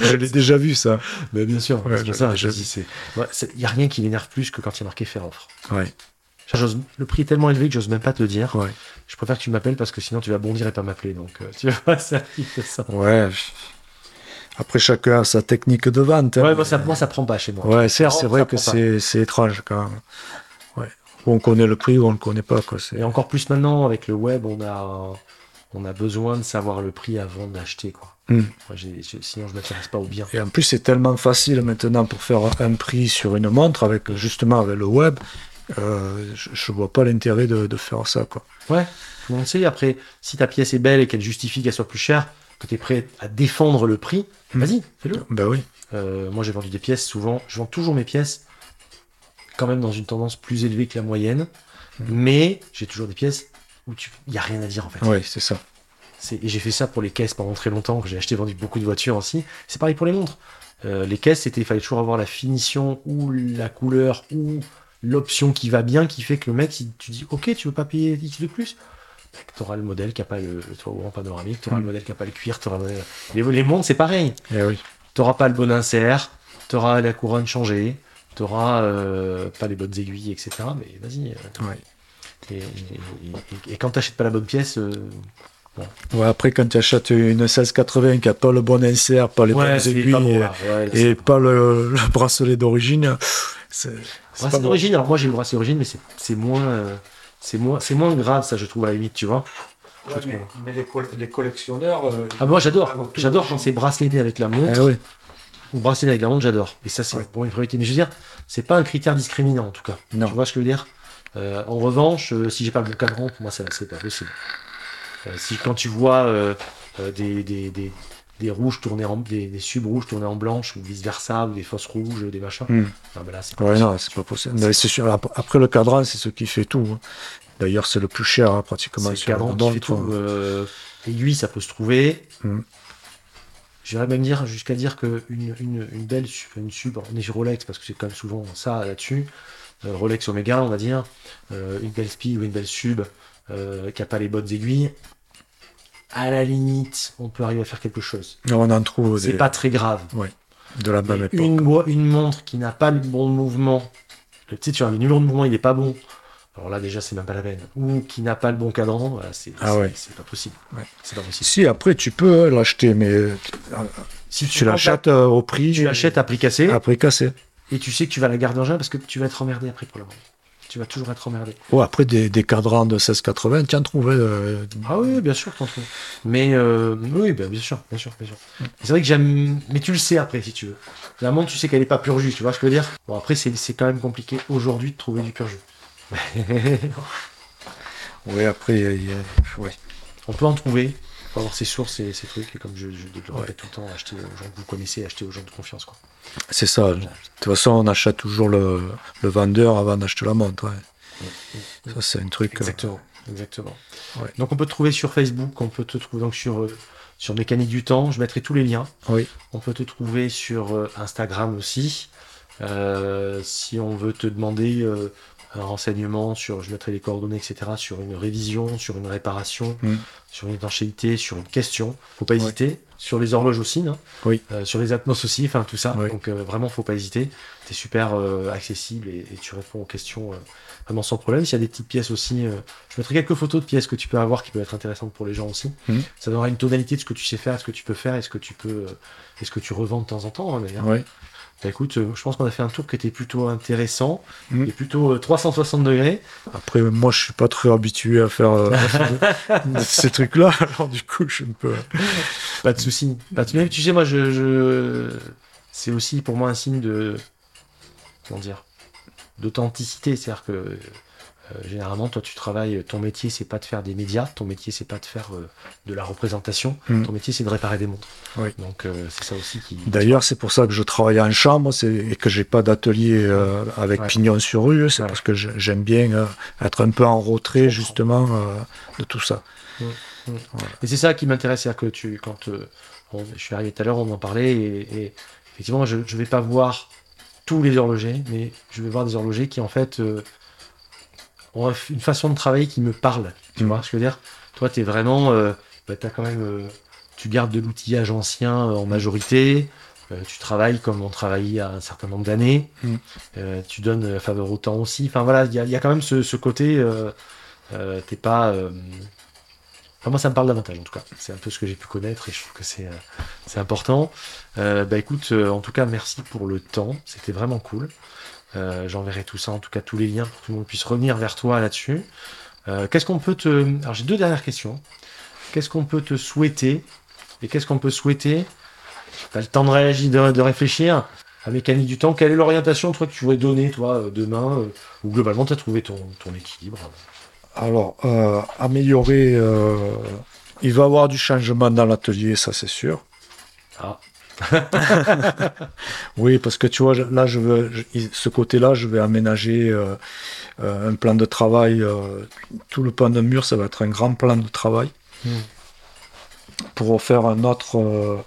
B: je l'ai déjà vu ça.
A: Mais bien sûr,
B: Ouais,
A: c'est
B: je-
A: ça.
B: je-
A: je dis, c'est ouais, c'est- il y a rien qui m'énerve plus que quand il y a marqué faire offre.
B: Ouais.
A: J'ose- Le prix est tellement élevé que j'ose même pas te le dire.
B: Ouais.
A: Je préfère que tu m'appelles parce que sinon tu vas bondir et pas m'appeler. Donc euh, <laughs> tu vois, ça, ça.
B: Ouais. Après, chacun a sa technique de vente. hein,
A: Ouais,
B: mais-
A: moi, ça, moi ça prend pas chez moi.
B: Ouais, c'est
A: Faire
B: c'est
A: offre,
B: vrai
A: ça
B: que
A: prend pas.
B: c'est c'est étrange quand. même. Ouais. Ou on connaît le prix ou on le connaît pas. Quoi. c'est-
A: Et encore plus maintenant, avec le web, on a, on a besoin de savoir le prix avant d'acheter. quoi.
B: Hmm.
A: Moi, j'ai- j'ai- sinon, je m'intéresse pas au bien.
B: Et en plus, c'est tellement facile maintenant pour faire un prix sur une montre avec justement avec le web. euh, je, je vois pas l'intérêt de, de faire ça, quoi.
A: Ouais, tout le monde sait. Après, si ta pièce est belle et qu'elle justifie qu'elle soit plus chère, que tu es prêt à défendre le prix,
B: Hmm.
A: vas-y, fais-le.
B: Ben oui.
A: Euh, moi, j'ai vendu des pièces souvent. Je vends toujours mes pièces quand même dans une tendance plus élevée que la moyenne. Mais j'ai toujours des pièces où tu n'y a rien à dire en fait.
B: Oui, c'est ça.
A: C'est- Et j'ai fait ça pour les caisses pendant très longtemps, que j'ai acheté, vendu beaucoup de voitures aussi. C'est pareil pour les montres. Euh, les caisses, c'était, il fallait toujours avoir la finition ou la couleur ou l'option qui va bien, qui fait que le mec, il- tu dis, ok, tu veux pas payer X de plus tu auras le modèle qui n'a pas le, le toit ouvrant panoramique, tu auras
B: Mm.
A: le modèle qui n'a pas le cuir, t'auras le modèle- les, les montres, c'est pareil.
B: Eh oui.
A: Tu n'auras pas le bon insert, tu auras la couronne changée, tu n'auras pas les bonnes aiguilles, etc. Mais vas-y. euh,
B: Ouais.
A: Et, et- et- et quand tu n'achètes pas la bonne pièce, euh,
B: Ouais, après, quand tu achètes une 1680 qui a pas le bon insert, pas les bonnes
A: c'est
B: aiguilles
A: pas bon,
B: et-
A: là. Ouais, là,
B: et
A: c'est-
B: pas le, le bracelet d'origine, c'est c'est
A: Bracelet
B: pas bon.
A: d'origine, alors moi j'ai le bracelet d'origine, mais c'est- c'est moins, euh, c'est moins, c'est moins grave, ça je trouve à la limite, tu vois. Je trouve.
B: les, collectionneurs. euh,
A: Ah moi j'adore, j'adore quand c'est bracelet avec la montre,
B: Eh oui.
A: ou bracelet avec la montre, j'adore. Et ça c'est
B: Ah Ouais.
A: pour une priorité. Mais je veux dire, c'est pas un critère discriminant en tout cas.
B: Non.
A: Tu vois ce que je veux dire Euh, En revanche, euh, si j'ai pas le bon cadran, pour moi ça c'est pas possible. Euh, si quand tu vois euh, euh, des, des, des, des rouges tournés en des, des subs rouges tournés en blanche ou vice versa ou des fausses rouges, des machins,
B: Hmm.
A: ah ben là c'est pas
B: Ouais,
A: possible.
B: non, c'est pas possible. Mais c'est sûr, ap- après, le cadran, c'est ce qui fait tout. hein. D'ailleurs, c'est le plus cher, hein, pratiquement.
A: C'est le
B: sur la
A: cadran qui
B: montre,
A: fait
B: hein.
A: tout. euh, aiguille, ça peut se trouver.
B: Mm.
A: J'irais même dire jusqu'à dire que une, une, une belle su- une sub, on est sur Rolex parce que c'est quand même souvent ça là-dessus. euh, Rolex Omega, on va dire, euh, une belle speed ou une belle sub euh, qui a pas les bonnes aiguilles. À la limite, on peut arriver à faire quelque chose.
B: On en trouve
A: C'est
B: des-
A: pas très grave.
B: de la même
A: Bah, Mais
B: époque.
A: une, mo- une montre qui n'a pas le bon mouvement, le petit, tu vois, le numéro de mouvement, il n'est pas bon. Alors là, déjà, c'est même pas la peine. Ou qui n'a pas le bon cadran, voilà, c'est
B: Ah
A: c'est-
B: ouais.
A: c'est pas possible.
B: Ouais.
A: C'est pas possible.
B: Si, après, tu peux hein, l'acheter, mais euh,
A: Si Ah.
B: tu
A: prends
B: l'achètes euh, au prix.
A: ta- tu l'achètes à prix cassé,
B: Après cassé.
A: et tu sais que tu vas la garder en jeu parce que tu vas être emmerdé après pour la vendre. Tu vas toujours être emmerdé.
B: Ouais, après, des, des cadrans de 1680, tiens, euh, trouvé.
A: Ah oui, bien sûr, t'en trouves. Mais euh, oui, bah, bien sûr, bien sûr, bien sûr. C'est vrai que j'aime, mais tu le sais après si tu veux. La montre, tu sais qu'elle est pas pur jus, tu vois ce que je veux dire Bon, après, c'est c'est quand même compliqué aujourd'hui de trouver du pur jus.
B: Ouais, après, il y a- ouais.
A: On peut en trouver. Faut avoir ses sources et ses trucs. Et comme je, je le répète tout le temps, acheter aux gens que vous connaissez, acheter aux gens de confiance. Quoi.
B: c'est ça. De toute façon, on achète toujours le, le vendeur avant d'acheter la montre. ouais. Ça, c'est un truc. euh,
A: Exactement. Exactement.
B: Ouais.
A: Donc on peut te trouver sur Facebook, on peut te trouver donc sur, euh, sur Mécanique du Temps, je mettrai tous les liens.
B: Oui.
A: On peut te trouver sur euh, Instagram aussi. Euh, si on veut te demander euh, un renseignement sur, je mettrai les coordonnées, etc., sur une révision, sur une réparation,
B: Mm.
A: sur une étanchéité, sur une question, faut pas
B: Ouais.
A: hésiter. Sur les horloges aussi, non
B: Oui.
A: Euh, sur les atmos aussi, enfin tout ça.
B: Oui.
A: Donc euh, vraiment, faut pas hésiter. T'es super euh, accessible et, et tu réponds aux questions euh, vraiment sans problème. S'il y a des petites pièces aussi, euh, je mettrai quelques photos de pièces que tu peux avoir qui peuvent être intéressantes pour les gens aussi.
B: Mhm.
A: Ça donnera une tonalité de ce que tu sais faire, ce que tu peux faire et ce que tu peux, euh, et ce que tu revends de temps en temps. hein, d'ailleurs.
B: ouais.
A: Bah, écoute, euh, je pense qu'on a fait un tour qui était plutôt intéressant
B: Mhm.
A: et plutôt euh, 360 degrés.
B: Après, moi, je suis pas très habitué à faire euh, <laughs> ces trucs-là. Alors, du coup, je suis un peu.
A: Pas de souci. Pas de- Mais tu sais, moi, je, je- c'est aussi pour moi un signe de comment dire d'authenticité. C'est-à-dire que euh, généralement, toi, tu travailles. euh, Ton métier, c'est pas de faire des médias. Ton métier, c'est pas de faire euh, de la représentation.
B: Mm.
A: Ton métier, c'est de réparer des montres.
B: Oui.
A: Donc, euh, c'est ça aussi qui.
B: D'ailleurs, c'est pour ça que je travaille en chambre c'est- et que j'ai pas d'atelier euh, avec
A: Ouais.
B: pignon sur rue. C'est
A: Ouais.
B: parce que j'ai- j'aime bien euh, être un peu en retrait, justement, euh, de tout ça.
A: Et c'est ça qui m'intéresse, c'est-à-dire que tu, quand euh, on- je suis arrivé tout à l'heure, on en parlait, et, et effectivement, je ne vais pas voir tous les horlogers, mais je vais voir des horlogers qui, en fait, euh, ont un- une façon de travailler qui me parle. Tu
B: Mm.
A: vois ce que je veux dire Toi, tu es vraiment. euh, bah, t'as quand même. euh, tu gardes de l'outillage ancien euh, en majorité. euh, tu travailles comme on travaillait il y a un certain nombre d'années.
B: Mm.
A: euh, tu donnes euh, faveur au temps aussi. Enfin voilà, il y, a- il y a quand même ce, ce côté. euh, euh, T'es pas. euh, Enfin, moi, ça me parle davantage, en tout cas. C'est un peu ce que j'ai pu connaître et je trouve que c'est euh, c'est important. Euh, bah, écoute, euh, en tout cas, merci pour le temps. C'était vraiment cool. Euh, J'enverrai tout ça, en tout cas, tous les liens pour que tout le monde puisse revenir vers toi là-dessus. Euh, qu'est-ce qu'on peut te. Alors, j'ai deux dernières questions. Qu'est-ce qu'on peut te souhaiter Et qu'est-ce qu'on peut souhaiter T'as le temps de réagir, de, de réfléchir à Mécanique du Temps. Quelle est l'orientation, toi, que tu voudrais donner, toi, euh, demain euh, Ou globalement, t'as trouvé ton, ton équilibre
B: Alors, euh, améliorer. euh, il va y avoir du changement dans l'atelier, ça, c'est sûr.
A: Ah.
B: <laughs> Oui, parce que tu vois, je- là, je veux, je- il- ce côté-là, je vais aménager euh, euh, un plan de travail. euh, tout le pan de mur, ça va être un grand plan de travail
A: Hmm.
B: pour faire un autre, euh,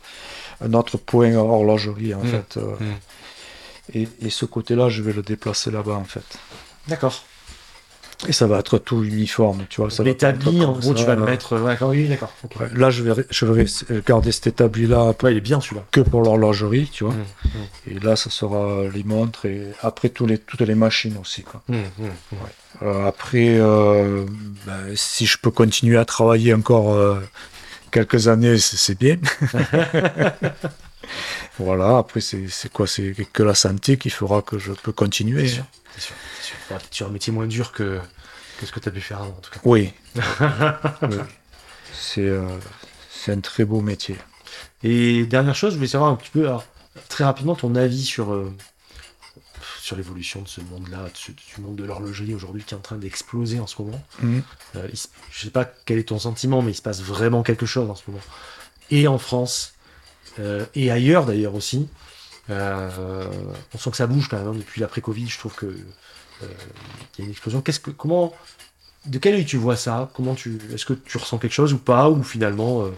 B: un autre point horlogerie, en
A: Hmm.
B: fait. euh.
A: Hmm.
B: Et, et ce côté-là, je vais le déplacer là-bas, en fait.
A: D'accord.
B: Et ça va être tout uniforme, tu vois. ça va pas être
A: L'établi, en
B: comme
A: gros,
B: ça,
A: tu vas le
B: euh,
A: mettre. Ouais, d'accord, oui, d'accord. ok.
B: ouais. Là, je vais, ré- je vais ré- garder cet établi-là
A: Ouais, il est bien celui-là.
B: que pour l'horlogerie, tu vois.
A: Mm,
B: Et là, ça sera les montres et après tous les, toutes les machines aussi. Quoi.
A: Mm, mm, mm.
B: Euh, après, euh, ben, si je peux continuer à travailler encore euh, quelques années, c'est c'est
A: <laughs>
B: bien. voilà, après, c'est c'est quoi C'est que la santé qui fera que je peux continuer.
A: sûr. C'est sûr, c'est sûr. Bah, tu as un métier moins dur que, que ce que tu as pu faire avant, en tout cas. <laughs>
B: Oui. Oui. C'est euh, c'est un très beau métier.
A: Et dernière chose, je voulais savoir un petit peu, alors, très rapidement, ton avis sur, euh, sur l'évolution de ce monde-là, de ce- du monde de l'horlogerie aujourd'hui qui est en train d'exploser en ce moment.
B: Mhm.
A: Euh, il se- je sais pas quel est ton sentiment, mais il se passe vraiment quelque chose en ce moment. Et en France, euh, et ailleurs d'ailleurs aussi. Euh, on sent que ça bouge quand même hein, depuis l'après-Covid. Je trouve que euh, il y a une explosion. Qu'est-ce que, comment, de quel œil tu vois ça Comment tu, est-ce que tu ressens quelque chose ou pas Ou finalement, euh,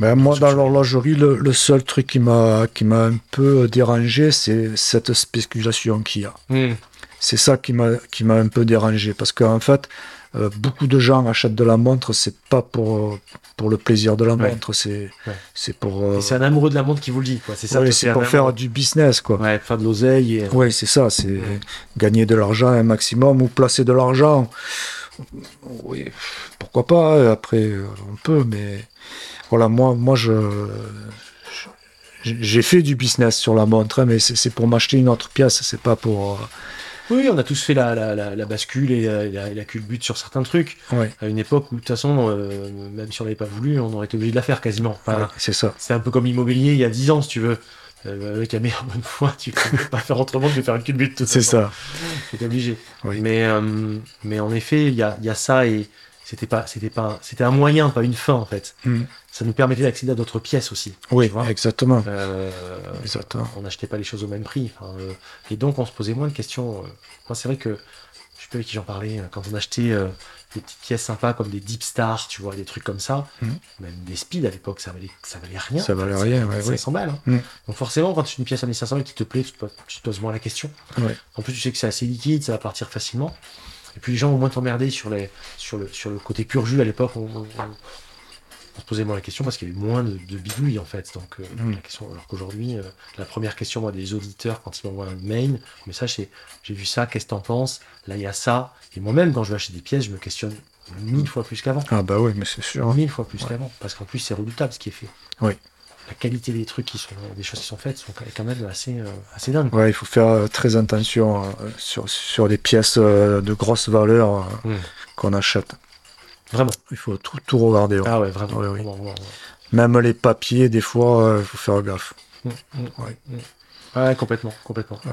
B: Ben, moi,
A: Parce que
B: dans
A: tu-
B: l'horlogerie, le, le seul truc qui m'a qui m'a un peu euh, dérangé, c'est cette spéculation qu'il y a. C'est ça qui m'a qui m'a un peu dérangé parce qu'en fait, euh, beaucoup de gens achètent de la montre, c'est pas pour euh, pour le plaisir de la
A: Ouais.
B: montre, c'est
A: Ouais.
B: c'est pour euh,
A: Et c'est un amoureux de la montre qui vous le dit, quoi. C'est ça.
B: ouais,
A: toi,
B: c'est
A: t'es un
B: pour
A: amoureux.
B: faire du business quoi.
A: Ouais, faire de l'oseille. Et...
B: Oui, c'est ça, c'est
A: Ouais.
B: gagner de l'argent un maximum ou placer de l'argent. Oui, pourquoi pas, euh, après euh, on peut, mais voilà, moi, moi je. je- J'ai fait du business sur la montre, hein, mais c'est c'est pour m'acheter une autre pièce, c'est pas pour. euh,
A: Oui, on a tous fait la, la, la, la bascule et euh, la, et la culbute sur certains trucs.
B: euh, ouais,
A: À une époque où, de toute façon, euh, même si on n'avait pas voulu, on aurait été obligé de la faire quasiment. Enfin,
B: ouais, c'est ça.
A: C'est un peu comme l'immobilier il y a 10 <laughs> ans, si tu veux. Euh, avec la meilleure bonne foi, tu peux pas faire autrement que de faire une culbute. tout
B: C'est
A: simplement.
B: ça.
A: T'es obligé.
B: Oui.
A: Mais, euh, mais en effet, il y a, il y a ça et c'était pas, c'était pas, c'était un moyen, pas une fin en fait.
B: Mm.
A: Ça nous permettait d'accéder à d'autres pièces aussi.
B: Oui,
A: tu vois.
B: exactement.
A: Euh,
B: Exactement.
A: on n'achetait pas les choses au même prix. Enfin, euh, et donc, on se posait moins de questions. euh. Moi, c'est vrai que je sais pas avec qui j'en parlais euh, quand on achetait euh, des petites pièces sympas comme des Deep Stars, tu vois, des trucs comme ça.
B: Mhm.
A: Même des Speed à l'époque, ça valait, ça valait rien.
B: Ça valait rien, ouais,
A: 500 balles. hein.
B: Mhm.
A: Donc, forcément, quand tu une pièce à 1500 balles qui te plaît, tu te, poses- tu te poses moins la question.
B: Ouais.
A: En plus, tu sais que c'est assez liquide, ça va partir facilement. Et puis, les gens vont moins t'emmerder sur, les, sur, le, sur le côté pur jus à l'époque. On, on- on- on se posait moins la question parce qu'il y avait moins de, de bidouilles en fait. Donc, euh,
B: Mhm.
A: la question, alors qu'aujourd'hui, euh, la première question moi, des auditeurs quand ils m'envoient un mail, un message, c'est j'ai vu ça, qu'est-ce que t'en penses Là, il y a ça. Et moi-même, quand je vais acheter des pièces, je me questionne mille fois plus qu'avant.
B: Ah bah oui, mais c'est sûr. hein.
A: Mille fois plus
B: Ouais.
A: qu'avant. Parce qu'en plus, c'est redoutable ce qui est fait.
B: Oui.
A: La qualité des trucs qui sont, des choses qui sont faites sont quand même assez, euh, assez dingues.
B: Ouais, il faut faire euh, très attention euh, sur, sur les pièces euh, de grosse valeur euh,
A: Mm.
B: qu'on achète.
A: Vraiment.
B: Il faut tout, tout regarder. ouais.
A: Ah ouais, vraiment.
B: Ouais, oui.
A: vraiment, vraiment, vraiment.
B: Même les papiers, des fois, euh, il faut faire gaffe.
A: Mm, mm,
B: Ouais.
A: mm. Ouais, complètement, complètement.
B: Ouais.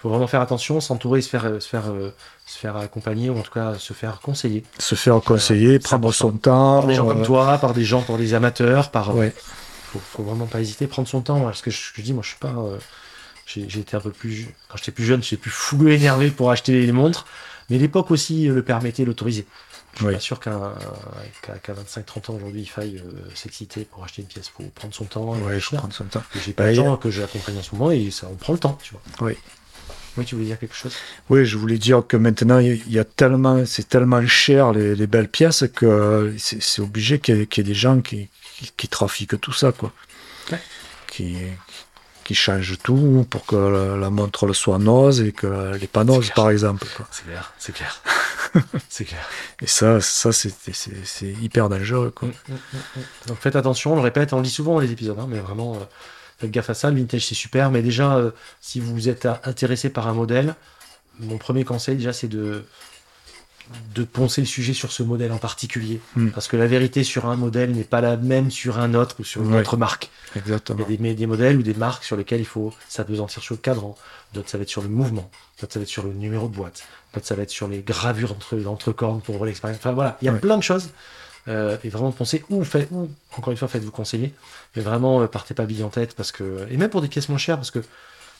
A: faut vraiment faire attention, s'entourer, se faire, euh, se faire, euh, se faire accompagner ou en tout cas se faire conseiller.
B: Se faire conseiller,
A: Ah, ça
B: prendre
A: prend-
B: son temps.
A: Par des gens comme
B: euh,
A: toi, par des gens, par des amateurs, par. euh,
B: Ouais.
A: Faut, faut vraiment pas hésiter, prendre son temps. hein, Parce que je, je dis, moi, je suis pas. euh, j'ai j'ai été un peu plus. Quand j'étais plus jeune, j'étais plus fougueux, énervé pour acheter les montres. Mais l'époque aussi euh, le permettait, l'autorisait. Je suis
B: Oui.
A: pas sûr qu'un qu'à qu'à 25-30 ans aujourd'hui, il faille euh, s'exciter pour acheter une pièce. Faut prendre son temps.
B: Ouais, il faut
A: réfléchir.
B: prendre son temps.
A: Et J'ai pas
B: Bah,
A: de
B: il-
A: gens que j'accompagne en ce moment et ça, on prend le temps, tu vois.
B: Oui.
A: Oui, tu voulais dire quelque chose
B: Oui, je voulais dire que maintenant, il y a tellement, c'est tellement cher les, les belles pièces que euh, c'est c'est obligé qu'il y, ait- qu'il y ait des gens qui, qui, qui trafiquent tout ça, quoi.
A: Ouais.
B: Qui, qui changent tout pour que la, la montre le soit nose et que les panose,
A: clair.
B: par exemple. quoi.
A: C'est clair, c'est <laughs> clair. c'est clair.
B: Et ça, ça c'est c'est- c'est hyper dangereux, quoi.
A: Donc faites attention, on le répète, on le dit souvent dans les épisodes, hein, mais vraiment, euh, faites gaffe à ça. Le vintage, c'est super, mais déjà, euh, si vous êtes à- intéressé par un modèle, mon premier conseil, déjà, c'est de de poncer le sujet sur ce modèle en particulier.
B: Mm.
A: Parce que la vérité sur un modèle n'est pas la même sur un autre ou sur une
B: Ouais.
A: autre marque. Il y
B: Exactement.
A: a des, mais des modèles ou des marques sur lesquels il faut s'apesantir sur le cadran. D'autres, ça va être sur le mouvement. D'autres, ça va être sur le numéro de boîte. D'autres, ça va être sur les gravures entre, entre cornes pour l'expérience. Enfin, voilà, il y a
B: Ouais.
A: plein de choses. Euh, et vraiment, pensez où, faites, où, encore une fois, faites-vous conseiller. Mais vraiment, euh, partez pas bille en tête. parce que Et même pour des pièces moins chères, parce que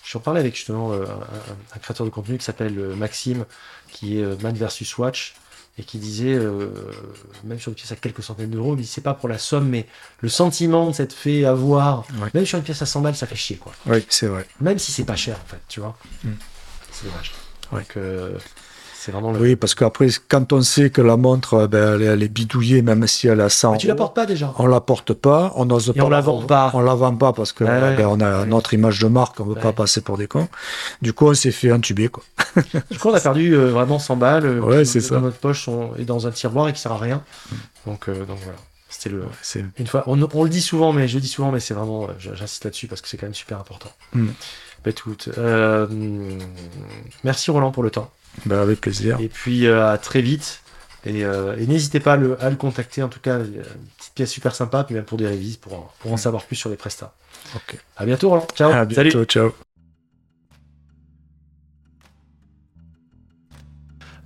A: je parlais avec justement euh, un, un- un créateur de contenu qui s'appelle euh, Maxime, qui est euh, Man versus Watch. Et qui disait, euh, même sur des pièces à quelques centaines d'euros, mais c'est pas pour la somme, mais le sentiment de s'être fait avoir,
B: Ouais.
A: même sur une pièce à 100 balles, ça fait chier, quoi.
B: Oui, c'est vrai.
A: Même si c'est pas cher, en fait, tu vois.
B: Mm.
A: C'est dommage.
B: Ouais.
A: Donc, euh, c'est vraiment le.
B: Oui, parce qu'après, quand on sait que la montre, euh, ben, elle, est- elle est bidouillée, même si elle a 100
A: Mais tu la portes pas déjà.
B: on la porte pas, on n'ose
A: Et
B: pas.
A: on la vend pas.
B: On la vend pas parce que
A: Ouais, ouais.
B: ben, on a
A: Ouais.
B: notre image de marque, on veut
A: Ouais.
B: pas passer pour des cons. Du coup, on s'est fait entuber, quoi.
A: Du coup, on a perdu euh, vraiment 100 balles. euh,
B: Ouais,
A: qui
B: c'est
A: dans
B: ça. Hmm.
A: notre poche sont, et dans un tiroir et qui sert à rien. Donc, euh, donc voilà. C'était le.
B: C'est
A: Une fois, on, on le dit souvent, mais je le dis souvent, mais c'est vraiment, euh, j- j'insiste là-dessus parce que c'est quand même super important.
B: Mm.
A: Bête ou haute. Euh, merci Roland pour le temps.
B: ben, avec plaisir.
A: Et puis euh, à très vite. Et, euh, et n'hésitez pas à le, à le contacter. En tout cas, euh, petite pièce super sympa, puis même pour des révises, pour, en- pour en savoir plus sur les prestats.
B: Ok.
A: À bientôt, Roland. Ciao.
B: À bientôt,
A: Oh, Salut.
B: ciao.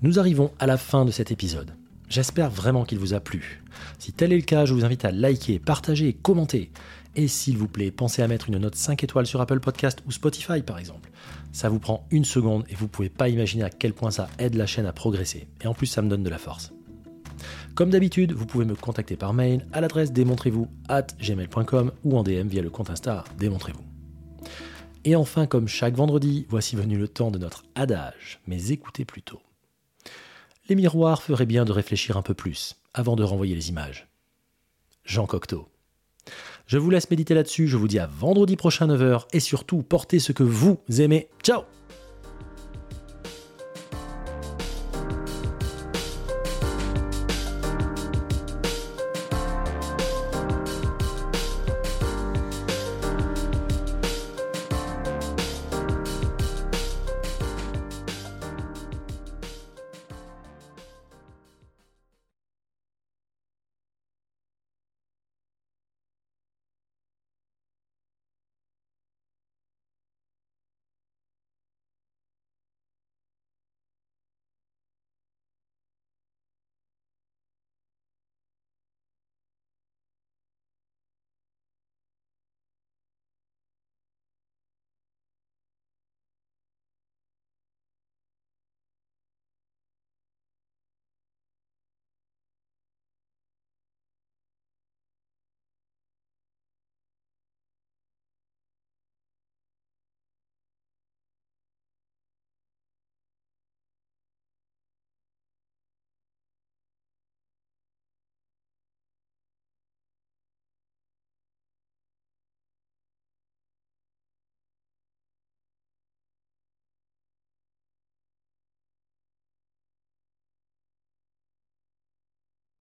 C: Nous arrivons à la fin de cet épisode. J'espère vraiment qu'il vous a plu. Si tel est le cas, je vous invite à liker, partager et commenter. Et s'il vous plaît, pensez à mettre une note 5 étoiles sur Apple Podcast ou Spotify par exemple. Ça vous prend une seconde et vous pouvez pas imaginer à quel point ça aide la chaîne à progresser. Et en plus, ça me donne de la force. Comme d'habitude, vous pouvez me contacter par mail à l'adresse démontrez-vous at gmail.com ou en DM via le compte Insta démontrez-vous. Et enfin, comme chaque vendredi, voici venu le temps de notre adage, mais écoutez plutôt. Les miroirs feraient bien de réfléchir un peu plus avant de renvoyer les images. Jean Cocteau. Je vous laisse méditer là-dessus, je vous dis à vendredi prochain 9h et surtout portez ce que vous aimez. Ciao